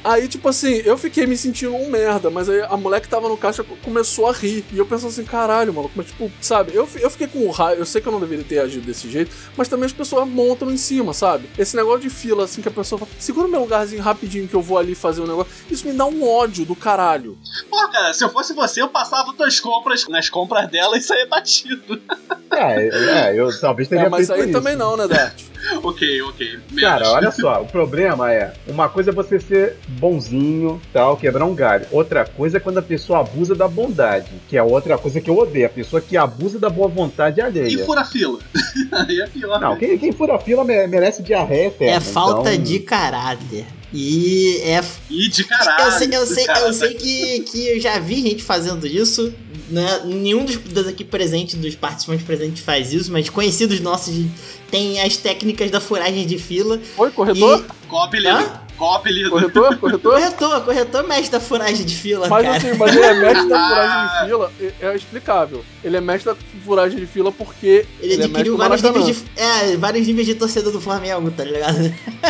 Aí, tipo assim, eu fiquei me sentindo um merda, mas aí a mulher que tava no caixa co- começou a rir. E eu pensando assim, caralho, maluco, mas tipo, sabe? Eu, fi- eu fiquei com raiva, eu sei que eu não deveria ter agido desse jeito, mas também as pessoas montam em cima, sabe? Esse negócio de fila, assim, que a pessoa fala, segura o meu lugarzinho rapidinho que eu vou ali fazer um negócio. Isso me dá um ódio do caralho. Pô, cara, se eu fosse você, eu passava tuas compras nas compras dela e saía batido. É, é, eu talvez teria É, mas feito aí isso. também não, né, Dart? ok, ok. menos. Cara, olha só, o problema é, uma coisa é você ser bonzinho, tal, quebrar um galho. Outra coisa é quando a pessoa abusa da bondade, que é outra coisa que eu odeio, a pessoa que abusa da boa vontade E alheia. fura a fila. Aí é pior. Não, quem, quem fura a fila mere- merece diarreia eterna. É falta então- de caráter. E é E de caralho. eu sei, eu sei, cara. eu sei que, que eu já vi gente fazendo isso. Né? Nenhum dos, dos aqui presentes, dos participantes presentes faz isso, mas conhecidos nossos de- tem as técnicas da furagem de fila. Oi, corretor? Qual o apelido? Hã? Qual o apelido? Corretor? Corretor? Corretor, corretor mestre da furagem de fila, Mas cara. assim, mas ele é mestre da furagem de fila, é, é explicável. Ele é mestre da furagem de fila porque Ele é mestre adquiriu do vários Maracanã. níveis de. É, vários níveis de torcedor do Flamengo, tá ligado?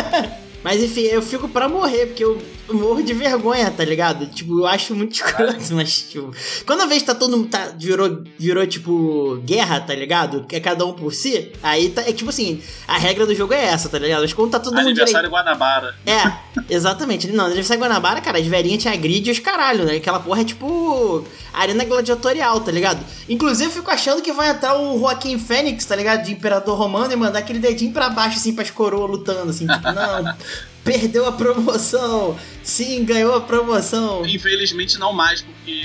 Mas enfim, eu fico pra morrer, porque eu morro de vergonha, tá ligado? Tipo, eu acho muito escroto, mas tipo. Quando a vez tá todo mundo. Tá, virou, virou, tipo, guerra, tá ligado? Que é cada um por si, aí tá. É tipo assim, a regra do jogo é essa, tá ligado? Mas quando tá todo mundo direito. Aniversário Guanabara. É, exatamente. Não, aniversário Guanabara, cara, as velhinhas te agride os caralho, né? Aquela porra é tipo. Arena gladiatorial, tá ligado? Inclusive, eu fico achando que vai entrar o Joaquim Fênix, tá ligado? De Imperador Romano e mandar aquele dedinho pra baixo, assim, pras coroas lutando, assim. Tipo, não, perdeu a promoção. Sim, ganhou a promoção. Infelizmente não mais, porque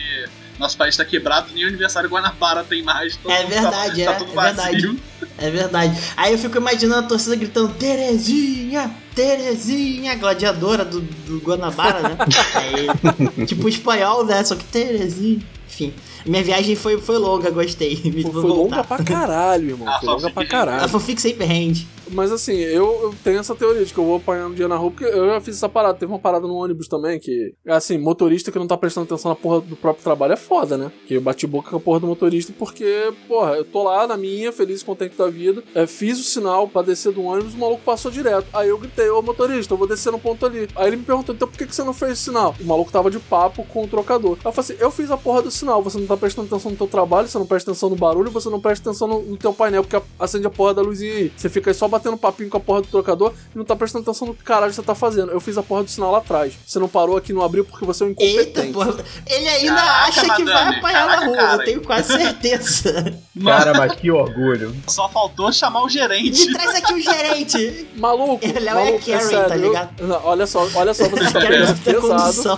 nosso país tá quebrado, nem o aniversário Guanabara tem mais. todo É mundo verdade, tá, é, tá tudo é verdade. vazio. É verdade. Aí eu fico imaginando a torcida gritando: Terezinha, Terezinha, gladiadora do, do Guanabara, né? Aí, tipo espanhol, né? Só que Terezinha. Enfim, minha viagem foi, foi longa, gostei. Me Foi, vou foi voltar. longa pra caralho, irmão. Ah, foi só longa pra fiquei- A caralho. fanfic sempre rende. Mas assim, eu, eu tenho essa teoria de que eu vou apanhar um dia na rua, porque eu já fiz essa parada. Teve uma parada no ônibus também, que, assim, motorista que não tá prestando atenção na porra do próprio trabalho é foda, né? Que eu bati boca com a porra do motorista, porque, porra, eu tô lá na minha, feliz e contente da vida, é, fiz o sinal pra descer do ônibus, o maluco passou direto. Aí eu gritei, ô motorista, eu vou descer no ponto ali. Aí ele me perguntou, então por que, que você não fez o sinal? O maluco tava de papo com o trocador. Aí eu falei assim, eu fiz a porra do sinal, você não tá prestando atenção no teu trabalho, você não presta atenção no barulho, você não presta atenção no, no teu painel, porque a- acende a porra da luzinha aí. Você fica aí só batendo papinho com a porra do trocador e não tá prestando atenção no que caralho você tá fazendo. Eu fiz a porra do sinal lá atrás. Você não parou aqui, não abriu porque você é um incompetente. Eita, porra. Ele ainda Caraca, acha que vai madame. apanhar na Caraca, rua, eu cara. tenho quase certeza. Cara, mas que orgulho. Só faltou chamar o gerente. Me traz aqui o gerente. Maluco, Ele é o maluco, Karen, tá sério, eu- ligado? tá é tá Não, olha só, olha só, vocês estão Quero pegando ter pesado,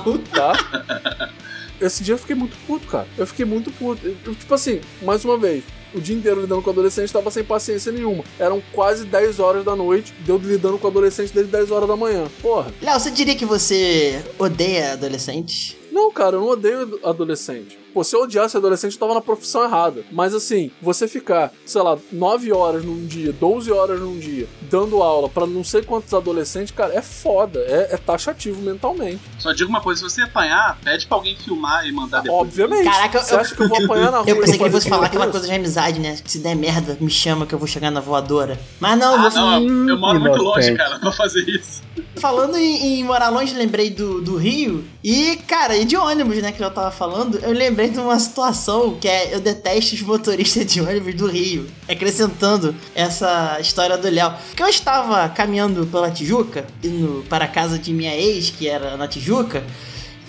condução. tá? Esse dia eu fiquei muito puto, cara. Eu fiquei muito puto. Eu- eu, tipo assim, mais uma vez, o dia inteiro lidando com adolescente, tava sem paciência nenhuma. Eram quase 10 horas da noite, deu lidando com adolescente desde 10 horas da manhã. Porra. Léo, você diria que você odeia adolescentes? Não, cara, eu não odeio adolescente. Pô, se eu odiasse adolescente, eu tava na profissão errada. Mas assim, você ficar, sei lá, 9 horas num dia, 12 horas num dia, dando aula pra não sei quantos adolescentes, cara, é foda. É, é taxativo mentalmente. Só digo uma coisa: se você apanhar, pede pra alguém filmar e Tá mandar depois. Obviamente. Caraca, você eu- acha que eu vou apanhar na rua? e Eu vou pensei que ele fazer fosse falar aquela coisa? coisa de amizade, né? Se der merda, me chama que eu vou chegar na voadora. Mas não, Ah, vou... não, eu- eu moro muito longe, Inocente. cara, pra fazer isso. falando em, em morar longe, lembrei do, do Rio. E, cara, e de ônibus, né? Que eu tava falando. Eu lembrei de uma situação que é: eu detesto os motoristas de ônibus do Rio. Acrescentando essa história do Léo. Que eu estava caminhando pela Tijuca, indo para a casa de minha ex, que era na Tijuca.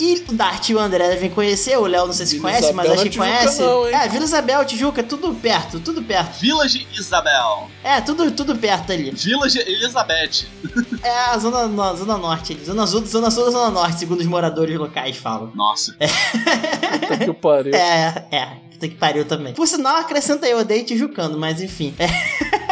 E o Dart e o André devem conhecer, o Léo não sei se Vila conhece, mas Isabel não acho é que Tijuca conhece. não, hein? é, Vila Isabel, Tijuca, tudo perto, tudo perto. Village Isabel. É, tudo, tudo perto ali. Village Elizabeth. É a zona, no- zona norte, ali. zona sul, zona sul, zona norte, segundo os moradores locais falam. Nossa. Puta que pariu. É, é, puta que pariu também. Por sinal, acrescenta aí, eu odeio Tijucano, mas enfim. É.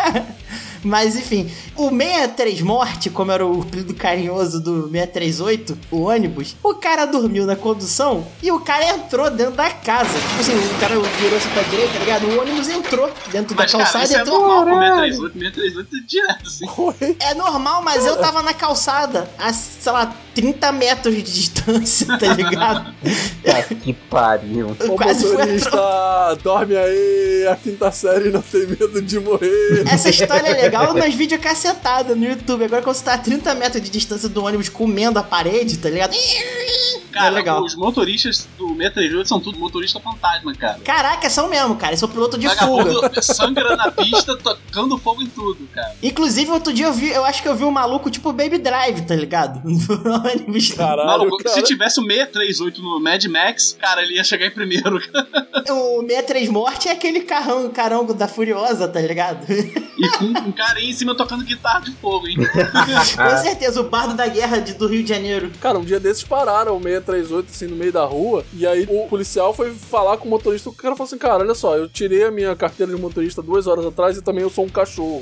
Mas enfim, o 63 Morte, como era o apelido carinhoso do 638, o ônibus, o cara dormiu na condução e o cara entrou dentro da casa. Tipo assim, o cara virou-se pra direita, tá ligado? O ônibus entrou dentro Mas, da calçada cara, isso e é entrou. normal com 638, 638 é direto, assim. Oi? É normal, mas eu tava na calçada a, sei lá, 30 metros de distância, tá ligado? Puta que pariu. Eu Ô quase fui motorista, atropelado. dorme aí, é a quinta série não tem medo de morrer. Essa história é legal nas vídeos cacetadas no YouTube. Agora, quando você tá a 30 metros de distância do ônibus comendo a parede, tá ligado? Cara, É legal. os motoristas do 638 são tudo motorista fantasma, cara. Caraca, são mesmo, cara. Eu sou piloto de fuga. Vagabundo sangra na pista, tocando fogo em tudo, cara. Inclusive, outro dia eu vi, eu acho que eu vi um maluco tipo Baby Drive, tá ligado? No ônibus. Caralho, Maluco, cara. se tivesse um o 638 no Mad Max, cara, ele ia chegar em primeiro. cara. O 63 Morte é aquele carrão, carango da Furiosa, tá ligado? E com um carinha em cima tocando guitarra de fogo, hein? Com certeza, o bardo da guerra de- do Rio de Janeiro. Cara, um dia desses pararam o 638 assim no meio da rua. E aí o policial foi falar com o motorista. O cara falou assim: Cara, olha só, eu tirei a minha carteira de motorista duas horas atrás e também eu sou um cachorro.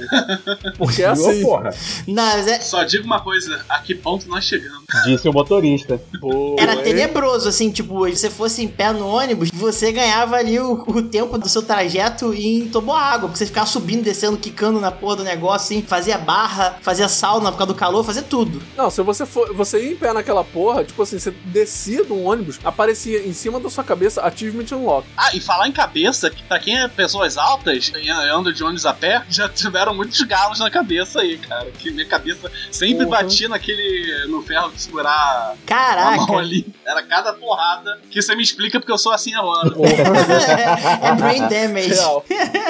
Porque é assim. porra. Não, mas é, Só digo uma coisa, a que ponto nós chegamos? Disse o motorista. Pô, Era hein? tenebroso, assim, tipo, se você fosse em pé no ônibus, você ganhava ali o, o tempo do seu trajeto em água porque você ficava subindo, descendo, quicando na porra do negócio, assim, fazia barra, fazia sauna por causa do calor, fazia tudo. Não, se você for. Você ia em pé naquela porra, tipo assim, você descia do ônibus, aparecia em cima da sua cabeça Achievement Unlock. Ah, e falar em cabeça, que pra quem é pessoas altas e anda de ônibus a pé, já tiveram muitos galos na cabeça aí, cara. Que minha cabeça sempre Porra. batia naquele. no ferro de segurar a mão Caraca! Tá ali. Era cada porrada que você me explica porque eu sou assim agora. é, é brain damage. Real.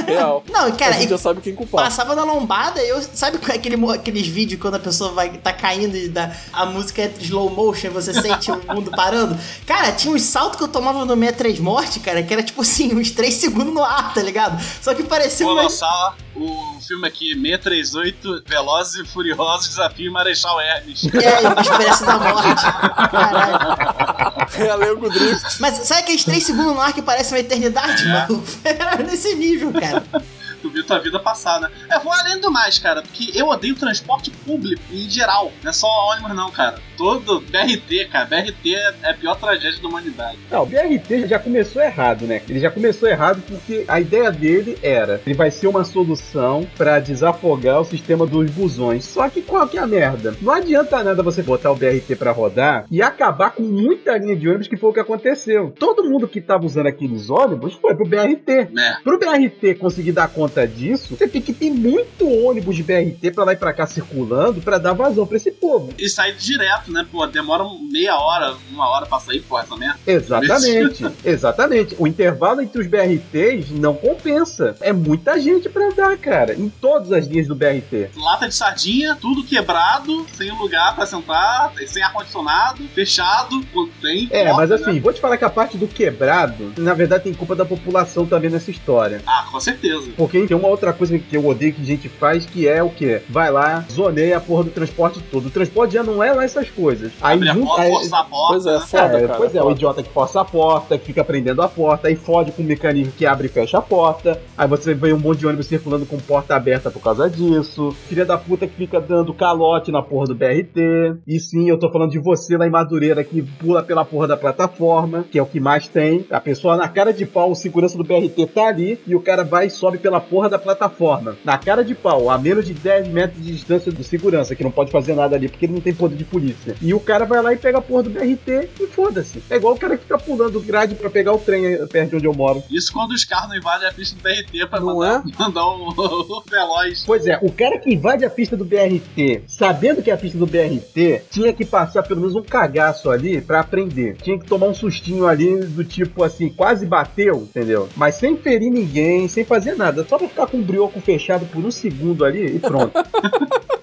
Real. Não, a cara, gente e já sabe quem é culpar. passava na lombada eu. Sabe com aquele, mo- aqueles vídeos quando a pessoa vai tá caindo e dá, a música é slow motion, você sente o mundo parando? Cara, tinha uns saltos que eu tomava no 63 Morte, cara, que era tipo assim, uns 3 segundos no ar, tá ligado? Só que parecia Vou uma. lançar o filme aqui, 638, Velozes e Furiosos, Desafio Marechal Hermes. É, uma experiência da morte. Caralho. Relego Drift. Mas sabe aqueles 3 segundos no ar que parece uma eternidade, mano? Era nesse nível, cara. Tu viu tua vida passar, né? É, vou além do mais, cara, porque eu odeio transporte público em geral. Não é só ônibus, não, cara. Todo BRT, cara. BRT é a pior tragédia da humanidade. Não, o BRT já começou errado, né? Ele já começou errado porque a ideia dele era ele vai ser uma solução pra desafogar o sistema dos busões. Só que qual que é a merda? Não adianta nada você botar o BRT pra rodar e acabar com muita linha de ônibus que foi o que aconteceu. Todo mundo que tava usando aqueles ônibus foi pro BRT. né? Pro BRT conseguir dar conta disso, você tem que ter muito ônibus de BRT pra lá e pra cá circulando pra dar vazão pra esse povo. E sair direto, né? Pô, demora meia hora, uma hora pra sair, porra, essa merda. Exatamente, exatamente. O intervalo entre os BRTs não compensa. É muita gente pra andar, cara, em todas as linhas do BRT. Lata de sardinha, tudo quebrado, sem lugar pra sentar, sem ar-condicionado, fechado, quando tem. É, porta, mas né? assim, vou te falar que a parte do quebrado, na verdade, tem culpa da população também nessa história. Ah, com certeza. Porque Tem uma outra coisa que eu odeio que a gente faz, que é o quê? Vai lá, zoneia a porra do transporte todo. O transporte já não é lá essas coisas. Aí Abre a junta- porta, aí- força a porta. Pois é, né? foda, é, cara. pois é, o foda. idiota que força a porta, que fica prendendo a porta, aí fode com o mecanismo que abre e fecha a porta, aí você vê um monte de ônibus circulando com porta aberta por causa disso, filha da puta que fica dando calote na porra do BRT, e sim, eu tô falando de você lá em Madureira que pula pela porra da plataforma, que é o que mais tem, a pessoa na cara de pau, o segurança do BRT tá ali, e o cara vai e sobe pela porra da plataforma, na cara de pau, a menos de 10 metros de distância do segurança, que não pode fazer nada ali, porque ele não tem poder de polícia, e o cara vai lá e pega a porra do BRT e foda-se, é igual o cara que fica pulando grade pra pegar o trem eh, perto de onde eu moro. Isso quando os carros não invadem a pista do BRT pra Não mandar, é? mandar o, o Veloz. Pois é, o cara que invade a pista do BRT, sabendo que é a pista do BRT, tinha que passar pelo menos um cagaço ali pra aprender. Tinha que tomar um sustinho ali do tipo assim, quase bateu, entendeu? Mas sem ferir ninguém, sem fazer nada, só pra ficar com o brioco fechado por um segundo ali e pronto.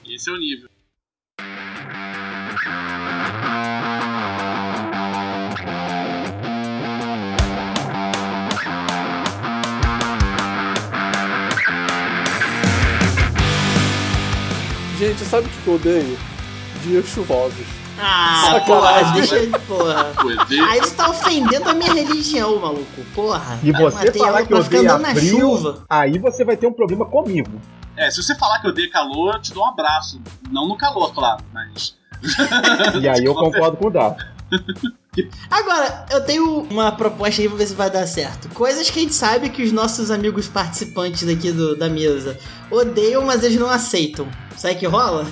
Esse é o nível. Gente, sabe o que eu odeio? Dias chuvosos. Ah, Sacanagem. porra, deixa ele, porra. Pô, esse- Aí você tá ofendendo a minha religião, maluco. Porra. E você Matei falar ela que pra ficar odeia andando na frio, chuva. aí você vai ter um problema comigo. É, se você falar que eu odeio calor, eu te dou um abraço. Não no calor, claro, mas. E aí eu concordo com o Dato. Agora, eu tenho uma proposta aí, vamos ver se vai dar certo. Coisas que a gente sabe que os nossos amigos participantes aqui do, da mesa odeiam, mas eles não aceitam. Sabe que rola?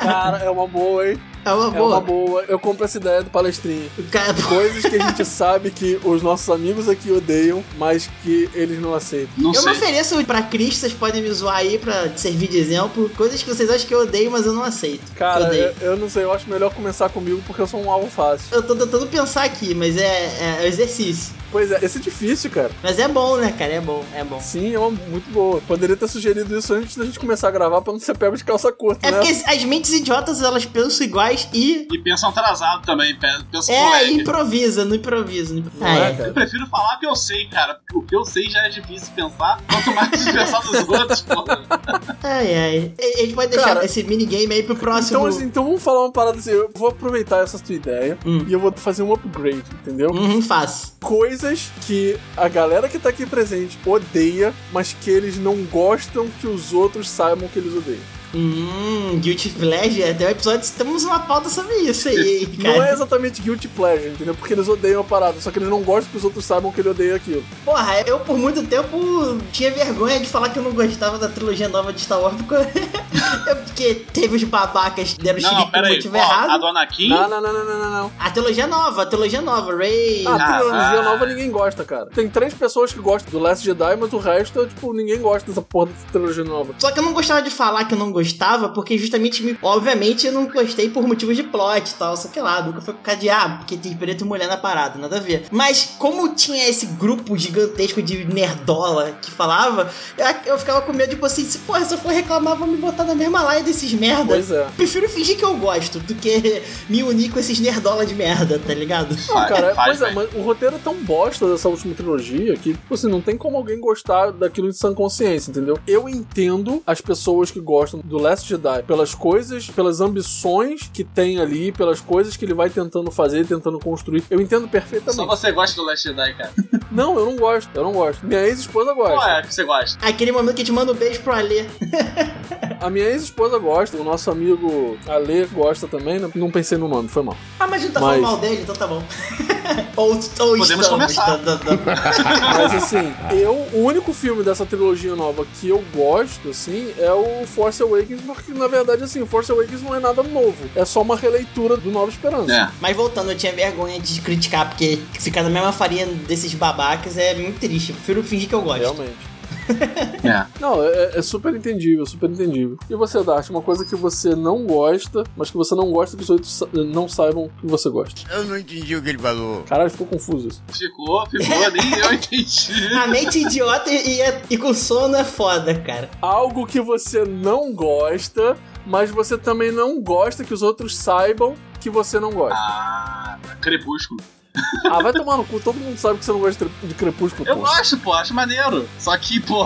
Cara, é uma boa, hein? É uma É uma boa. boa. Eu compro essa ideia do palestrinho. O cara- Coisas que a gente sabe que os nossos amigos aqui odeiam, mas que eles não aceitam. Não Eu sei. me ofereço pra Cris, vocês podem me zoar aí pra servir de exemplo. Coisas que vocês acham que eu odeio, mas eu não aceito. eu Cara, odeio. eu, eu não sei, eu acho melhor começar comigo porque eu sou um alvo fácil. Eu tô tentando pensar aqui, mas é, é, é exercício. Pois é, esse é difícil, cara. Mas é bom, né, cara? É bom, é bom. Sim, é uma muito boa. Poderia ter sugerido isso antes da gente começar a gravar pra não ser pego de calça curta, É né? porque as mentes idiotas, elas pensam iguais e... E pensam atrasado também, pe- pensam É, moleque. improvisa, não improvisa. Não improvisa. Não Ah, é, é. cara? Eu prefiro falar o que eu sei, cara. Porque o que eu sei já é difícil de pensar, quanto mais de pensar dos outros, pô. Ai, ai. A gente pode deixar Cara, esse minigame aí pro próximo. Então, assim, então vamos falar uma parada assim. Eu vou aproveitar essa tua ideia Hum. e eu vou fazer um upgrade, entendeu? Uhum, fácil. Coisas que a galera que tá aqui presente odeia, mas que eles não gostam que os outros saibam que eles odeiam. Hum, Guilty Pleasure, até o episódio temos uma pauta sobre isso aí, cara. Não é exatamente guilty pleasure, entendeu? Porque eles odeiam a parada, só que eles não gostam que os outros saibam que ele odeia aquilo. Porra, eu por muito tempo tinha vergonha de falar que eu não gostava da trilogia nova de Star Wars, porque, eu- porque teve os babacas que deram xerife Não, por peraí. motivo Ó, a errado. do Anakin. Não, não, não, não, não, não. não. A trilogia nova, a trilogia nova, Ray. Ah, Ah, trilogia vai. nova ninguém gosta, cara. Tem três pessoas que gostam do Last Jedi, mas o resto, tipo, ninguém gosta dessa porra dessa trilogia nova. Só que eu não gostava de falar que eu não gostava, porque justamente, me- obviamente, eu não gostei por motivos de plot e tal, sei que lá, nunca foi por causa de, ah, porque tem preto e mulher na parada, nada a ver. Mas como tinha esse grupo gigantesco de nerdola que falava, eu, eu ficava com medo, tipo assim, se, porra, se eu for reclamar, vão me botar na mesma laia desses merda. Pois é. Prefiro fingir que eu gosto do que me unir com esses nerdola de merda, tá ligado? Não, cara, é- Ah, faz pois é, bem. mas o roteiro é tão bosta dessa última trilogia que, tipo assim, não tem como alguém gostar daquilo de sã consciência, entendeu? Eu entendo as pessoas que gostam do Last Jedi pelas coisas, pelas ambições que tem ali, pelas coisas que ele vai tentando fazer, tentando construir. Eu entendo Só perfeitamente. você gosta do Last Jedi, cara. Não, eu não gosto, eu não gosto. Minha ex-esposa gosta. Qual é que você gosta? Aquele momento que eu te mando um beijo pro Alê. A minha ex-esposa gosta, o nosso amigo Ale gosta também, né? não pensei no nome, foi mal. Ah, mas a gente tá Mas- falando mal dele, então tá bom. ou ou Podemos estamos. começar. tá- tá- tá- Mas assim, eu, o único filme dessa trilogia nova que eu gosto, assim, é o Force Awakens, porque na verdade, assim, o Force Awakens não é nada novo, é só uma releitura do Nova Esperança. É. Mas voltando, eu tinha vergonha de criticar, porque ficar na mesma farinha desses babacas é muito triste. Eu prefiro fingir que eu gosto. Realmente. É. Não, é, é super entendível, super entendível. E você, Dart, uma coisa que você não gosta, mas que você não gosta que os outros sa- não saibam que você gosta. Eu não entendi o que ele falou. Caralho, ficou confuso isso. Ficou, ficou, nem eu entendi. A mente idiota e, e- e com sono é foda, cara. algo que você não gosta, mas você também não gosta que os outros saibam que você não gosta. Ah, crepúsculo. Ah, vai tomar no cu, todo mundo sabe que você não gosta de crepúsculo, Eu pô. gosto, pô, acho maneiro. Só que, pô,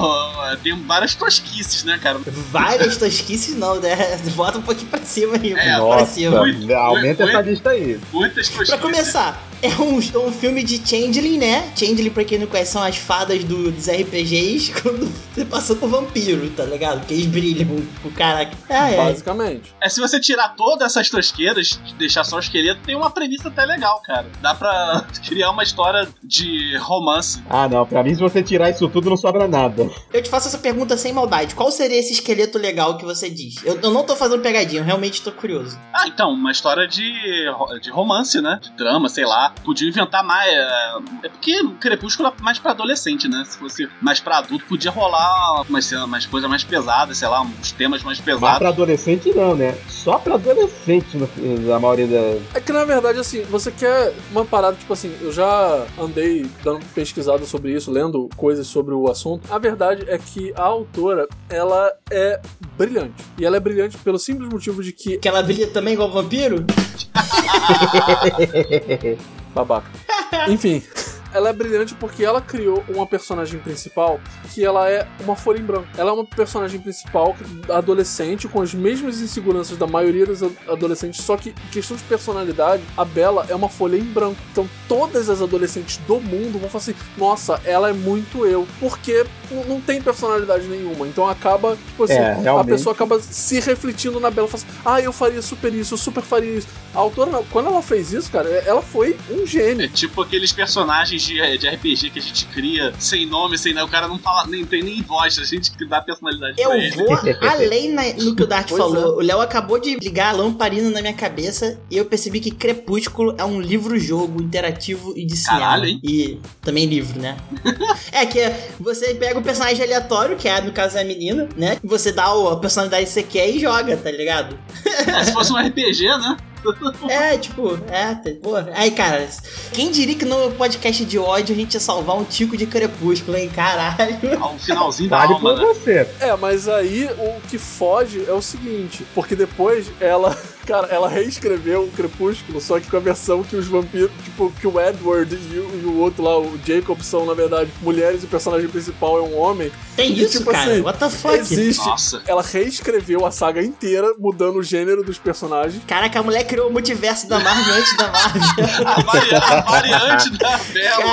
tem várias tosquices, né, cara? Várias tosquices não, né? Bota um pouquinho pra cima aí, É, pra Nossa, cima. muito, aumenta muito. essa lista aí. Muitas tosquices. Pra começar, é um, é um filme de Changeling, né? Changeling, pra quem não conhece, são as fadas do- dos RPGs quando você passa por vampiro, tá ligado? Porque eles brilham pro caraca. Ah, é. Basicamente. É, se você tirar todas essas tosqueiras e deixar só o esqueleto, tem uma premissa até legal, cara. Dá pra criar uma história de romance. Ah, não, pra mim, se você tirar isso tudo, não sobra nada. Eu te faço essa pergunta sem maldade. Qual seria esse esqueleto legal que você diz? Eu, eu não tô fazendo pegadinha, eu realmente tô curioso. Ah, então, uma história de, ro- de romance, né? De drama, sei lá. Podia inventar mais. É é porque o Crepúsculo é mais pra adolescente, né? Se fosse mais pra adulto, podia rolar umas cenas, umas coisas mais pesadas, sei lá, uns temas mais Mas pesados. pra adolescente, não, né? Só pra adolescente, no- a maioria da. É que na verdade, assim, você quer uma parada, tipo assim, eu já andei dando pesquisada sobre isso, lendo coisas sobre o assunto. A verdade é que a autora, ela é brilhante. E ela é brilhante pelo simples motivo de que. Que ela brilha também igual vampiro? Babaca. Enfim. Ela é brilhante porque ela criou uma personagem principal que ela é uma folha em branco. Ela é uma personagem principal adolescente com as mesmas inseguranças da maioria dos ad- adolescentes, só que em questão de personalidade, a Bella é uma folha em branco. Então todas as adolescentes do mundo vão falar assim: "Nossa, ela é muito eu", porque n- não tem personalidade nenhuma. Então acaba, tipo assim, É, a realmente. pessoa acaba se refletindo na Bella, fala assim: "Ah, eu faria super isso, eu super faria isso". A autora, não. quando ela fez isso, cara, ela foi um gênio. É tipo aqueles personagens de, de RPG que a gente cria sem nome, sem nada. O cara não fala, nem tem nem voz, a gente que dá personalidade Eu pra ele. vou além na- no que o Dark Pois é. falou. O Léo acabou de ligar a lamparina na minha cabeça e eu percebi que Crepúsculo é um livro-jogo interativo e de cinema. Caralho, hein? E também livro, né? é que você pega o personagem aleatório, que é, no caso é a menina, né? Você dá o- a personalidade que você quer e joga, tá ligado? É, se fosse um RPG, né? É, tipo, é, tá- pô. Aí, cara, quem diria que no podcast de ódio a gente ia salvar um tico de Crepúsculo, hein? Caralho. Ao finalzinho da Vale alma, por né? você. É, mas aí o que foge é o seguinte, porque depois ela, cara, ela reescreveu o Crepúsculo, só que com a versão que os vampiros, tipo, que o Edward e o, e o outro lá, o Jacob, são, na verdade, mulheres e o personagem principal é um homem, Tem E, isso, tipo cara? assim, What the fuck? existe. Nossa. Ela reescreveu a saga inteira, mudando o gênero dos personagens. Caraca, a mulher criou o multiverso da Marvel antes da Marvel. A, vari- a variante da É Bela.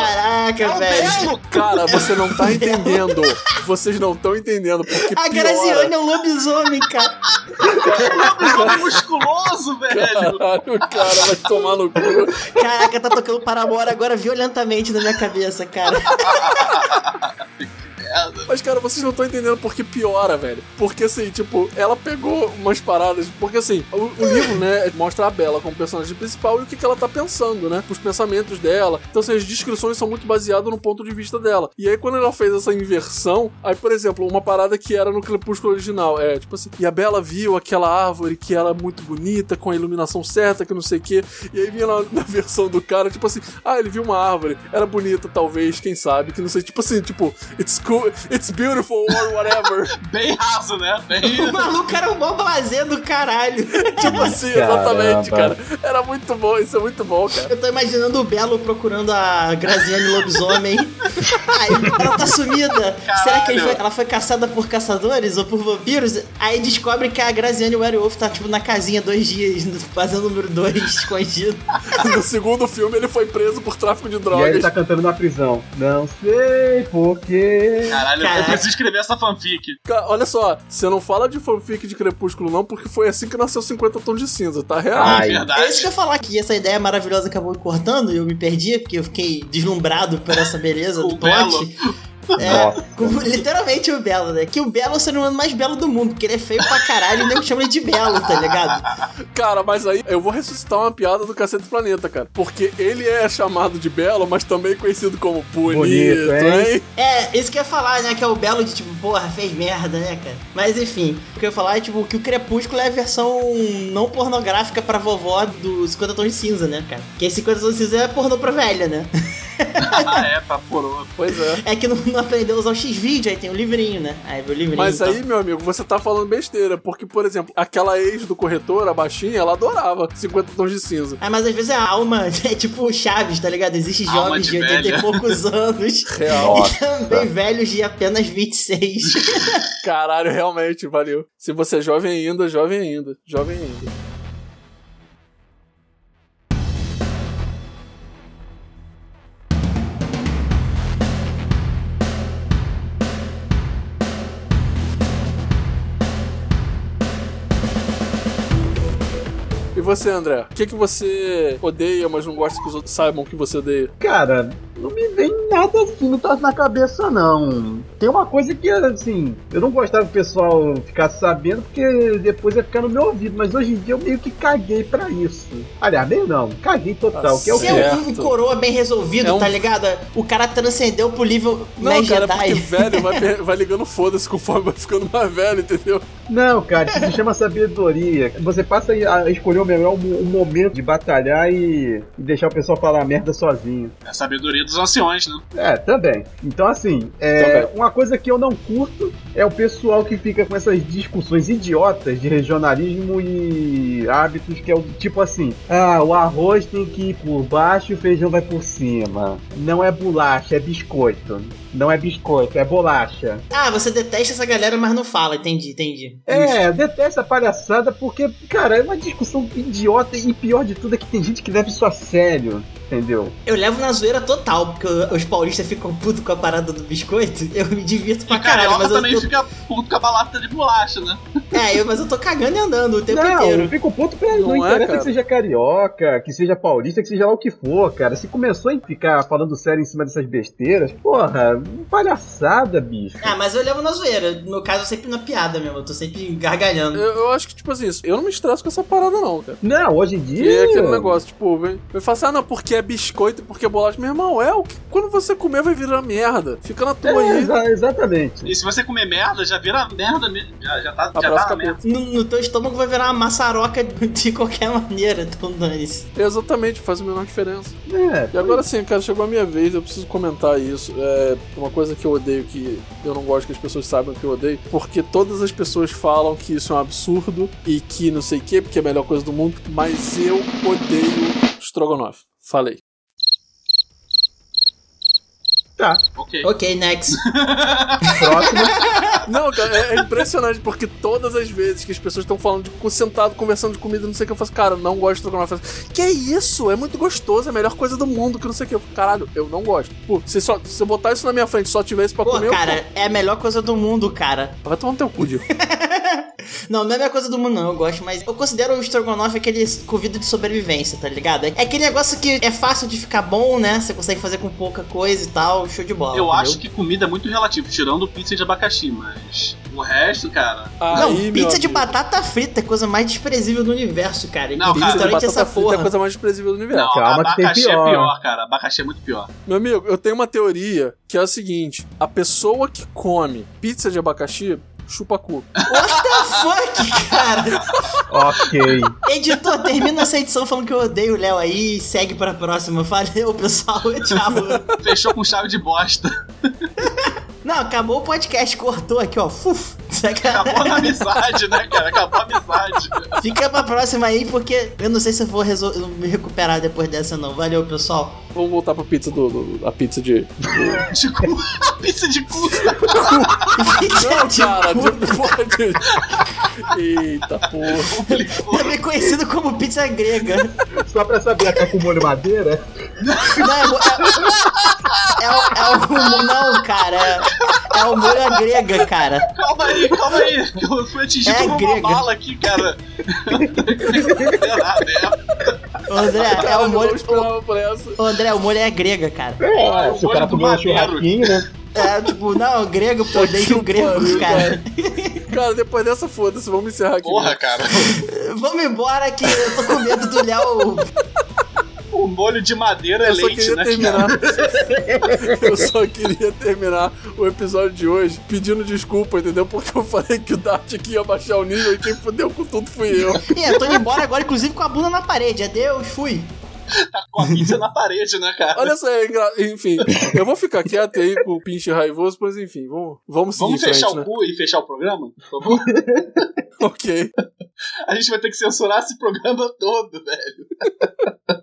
Caraca, velho. Cara, você não tá entendendo. Vocês não estão entendendo, porque A piora. Graziane é um lobisomem, cara. Lobisomem musculoso, velho. Caralho, cara, vai tomar no cu. Caraca, tá tocando Paramore agora violentamente na minha cabeça, cara. Mas, cara, vocês não estão entendendo porque piora, velho. Porque, assim, tipo, ela pegou umas paradas. Porque, assim, o, o livro, né, mostra a Bela como personagem principal e o que, que ela tá pensando, né? Os pensamentos dela. Então, assim, as descrições são muito baseadas no ponto de vista dela. E aí, quando ela fez essa inversão, aí, por exemplo, uma parada que era no Crepúsculo original é, tipo assim, e a Bela viu aquela árvore que era muito bonita, com a iluminação certa, que não sei o quê. E aí vinha na, na versão do cara, tipo assim, ah, ele viu uma árvore, era bonita, talvez, quem sabe, que não sei, tipo assim, tipo, it's cool, it's beautiful or whatever. Bem raso, né? Bem... O maluco era um bom blazer do caralho. tipo assim, Caramba. exatamente, cara. Era muito bom, isso é muito bom, cara. Eu tô imaginando o Belo procurando a Graziane lobisomem. Aí ela tá sumida. Será que ele foi- ela foi caçada por caçadores ou por vampiros? Aí descobre que a Graziane Werewolf tá, tipo, na casinha dois dias, fazendo número dois, escondido. No segundo filme ele foi preso por tráfico de E aí drogas. ele tá cantando na prisão. Não sei porquê. Caralho, eu Caraca. preciso escrever essa fanfic. Cara, olha só, você não fala de fanfic de Crepúsculo não, porque foi assim que nasceu 50 Tons de Cinza, tá real? Ah, Ai. É É isso verdade. que eu ia falar que essa ideia maravilhosa acabou me cortando e eu me perdi, porque eu fiquei deslumbrado por essa beleza O do Belo. plot. É, Nossa. com- literalmente o Belo, né? Que o Belo é o ser humano mais belo do mundo, porque ele é feio pra caralho e nem chama ele de Belo, tá ligado? Cara, mas aí eu vou ressuscitar uma piada do Cacete do Planeta, cara. Porque ele é chamado de Belo, mas também conhecido como bonito, Bonito, hein? hein? É, isso que eu ia falar, né? Que é o Belo de tipo, porra, fez merda, né, cara? Mas enfim, o que eu ia falar é tipo que o Crepúsculo é a versão não pornográfica pra vovó do 50 Tons de Cinza, né, cara? Porque 50 Tons de Cinza é pornô pra velha, né? ah, é, pra coroa. Pois é. É que não, não aprendeu a usar o X-Video, aí tem o livrinho, né? Aí vê o livrinho. Mas e tal. aí, meu amigo, você tá falando besteira, porque, por exemplo, aquela ex do corretor, a baixinha, ela adorava 50 tons de cinza. Ah, mas às vezes a alma é tipo o Chaves, tá ligado? Existem Alma jovens de de 80 velha. e poucos anos Real. e também velhos de apenas 26. Caralho, realmente, valeu. Se você é jovem ainda, jovem ainda, jovem ainda. E você, André? O que, que você odeia, mas não gosta que os outros saibam que você odeia? Cara, não me vem nada assim, não tá na cabeça não. Tem uma coisa que, assim, eu não gostava que o pessoal ficasse sabendo, porque depois ia ficar no meu ouvido, mas hoje em dia eu meio que caguei pra isso. Aliás, meio não, caguei total, Tá que é o Se quê? é um- um Certo. coroa bem resolvido, É um- tá ligado? O cara transcendeu pro nível Não, mais cara, Jedi. é porque velho vai, per- vai ligando foda-se conforme vai ficando mais velho, entendeu? Não, cara, isso se chama sabedoria. Você passa a escolher o melhor mo- o momento de batalhar e e deixar o pessoal falar merda sozinho. É a sabedoria dos anciões, né? É, também. Então, assim, é, uma coisa que eu não curto é o pessoal que fica com essas discussões idiotas de regionalismo e hábitos, que é o tipo assim: ah, o arroz tem que ir por baixo e o feijão vai por cima. Não é bolacha, é biscoito. Não é biscoito, é bolacha. Ah, você detesta essa galera, mas não fala. Entendi, entendi. É, eu detesto a palhaçada porque, cara, é uma discussão idiota e pior de tudo é que tem gente que leva isso a sério, entendeu? Eu levo na zoeira total, porque os paulistas ficam putos com a parada do biscoito. Eu me divirto pra E caralho, carioca mas eu, também tô... fica puto com a balata de bolacha, né? É, eu- mas eu tô cagando e andando o tempo não, eu inteiro. fico puto pra não, Não é, interessa cara. que seja carioca, que seja paulista, que seja lá o que for, cara. Se começou a ficar falando sério em cima dessas besteiras, porra, palhaçada, bicho. Ah, mas eu levo na zoeira. No caso, eu sempre na piada mesmo. Eu tô sempre gargalhando. Eu, eu acho que, tipo assim, isso- eu não me estresso com essa parada, não, cara. Não, hoje em E é dia. aquele negócio, tipo, vem, vem falar assim, ah, não, porque é biscoito, porque é bolacha. Meu irmão, é o que quando você comer vai virar merda. Fica na tua É, aí. exa- exatamente. E se você comer merda, já vira merda mesmo. Já, já tá, já Abraço tá na merda. capeta. No, no teu estômago vai virar uma maçaroca de qualquer maneira, então dane-se. Exatamente, faz a menor diferença. É, E agora sim, cara, chegou a minha vez, eu preciso comentar isso. É uma coisa que eu odeio, que eu não gosto que as pessoas saibam que eu odeio, porque todas as pessoas falam que isso é um absurdo e que não sei o quê, porque é a melhor coisa do mundo, mas eu odeio estrogonofe. Falei. tá. Ok. Ok, next. Próximo. Não, cara, é, é impressionante, porque todas as vezes que as pessoas estão falando, de, sentado, conversando de comida, não sei o que, eu faço, cara, não gosto de estrogonofe. Eu faço, Que isso? É muito gostoso, é a melhor coisa do mundo, que não sei o que. Eu falo, caralho, eu não gosto. Pô, se, só, se eu botar isso na minha frente e só tiver isso pra Pô, comer, eu cara, um é a melhor coisa do mundo, cara. como? Vai tomar no teu cu, Diego. Não, não é a melhor coisa do mundo, não. Eu gosto, mas eu considero o estrogonofe aquele convido de sobrevivência, tá ligado? É aquele negócio que é fácil de ficar bom, né? Você consegue fazer com pouca coisa e tal. Show de bola. Eu entendeu? acho que comida é muito relativo, tirando pizza de abacaxi, mas o resto, cara. Não, Aí, meu pizza de amigo. batata frita é a coisa mais desprezível do universo, cara. E Não, tem Pizza cara, de restaurante batata essa frita é porra. a coisa mais desprezível do universo. Não, calma que tem abacaxi pior. é pior, cara. Abacaxi é muito pior. Meu amigo, eu tenho uma teoria que é a seguinte: a pessoa que come pizza de abacaxi chupa cu. What the fuck, cara? ok. Editor, termina essa edição falando que eu odeio o Léo aí e segue pra próxima. Valeu, pessoal. Tchau. Fechou com chave de bosta. Não, acabou o podcast, cortou aqui, ó. Fuf. Acabou na amizade, né, cara? Acabou a amizade. Fica pra próxima aí, porque eu não sei se eu vou resol- eu me recuperar depois dessa, não. Valeu, pessoal. Vamos voltar pra pizza do. do- a pizza de. De cu. pizza de cu. Não, cara, de, porra de... Eita porra. Também conhecido como pizza grega. Só pra saber, tá com molho madeira? Não, é, mo- é- é o- é o mo- Não, cara. É, é o molho à grega, cara. Calma aí, calma aí. que Eu fui atingido É por uma grega. bala aqui, cara. Será, né? Ô, André, é Caralho, o eu não molho. esperava por essa. ô, André, o molho é grega, cara. É, o molho do madeiro. né? É, tipo, não, grego, pô, desde o grego, pariu, cara. Cara, depois dessa, foda-se, vamos encerrar aqui. Porra, cara. Vamos embora que eu tô com medo do Léo O molho de madeira é Eu só leite, queria né, cara? terminar. eu só queria terminar o episódio de hoje pedindo desculpa, entendeu? Porque eu falei que o Dart aqui ia baixar o nível e quem fudeu com tudo fui eu. Ih, eu tô indo embora agora, inclusive com a bunda na parede. Adeus, fui. Tá com a pizza na parede, né, cara? Olha só, é engra- enfim, eu vou ficar quieto aí com o pinche raivoso, mas enfim, vamos, vamos seguir Vamos em fechar frente, o né? cu e fechar o programa? Por favor? Ok. A gente vai ter que censurar esse programa todo, velho.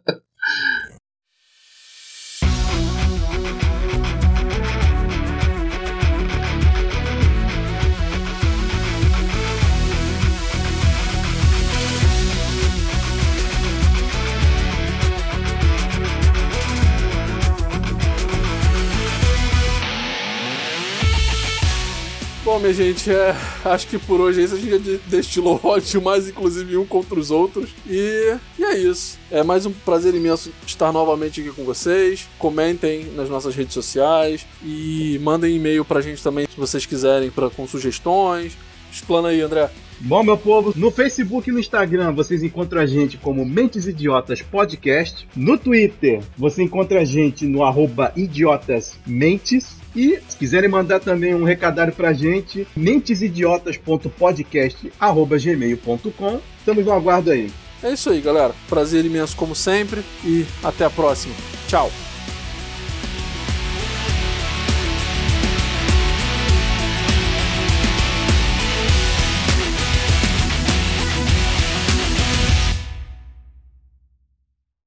Bom, minha gente, é, acho que por hoje é isso. A gente já de- destilou ódio, mais inclusive um contra os outros. E, e é isso. É mais um prazer imenso estar novamente aqui com vocês. Comentem nas nossas redes sociais e mandem e-mail pra gente também se vocês quiserem pra, com sugestões. Explana aí, André. Bom, meu povo, no Facebook e no Instagram vocês encontram a gente como Mentes Idiotas Podcast. No Twitter você encontra a gente no arroba Idiotas Mentes. E se quiserem mandar também um recadário pra gente, mentesidiotas.podcast.gmail.com. Estamos no aguardo aí. É isso aí, galera. Prazer imenso como sempre e até a próxima. Tchau.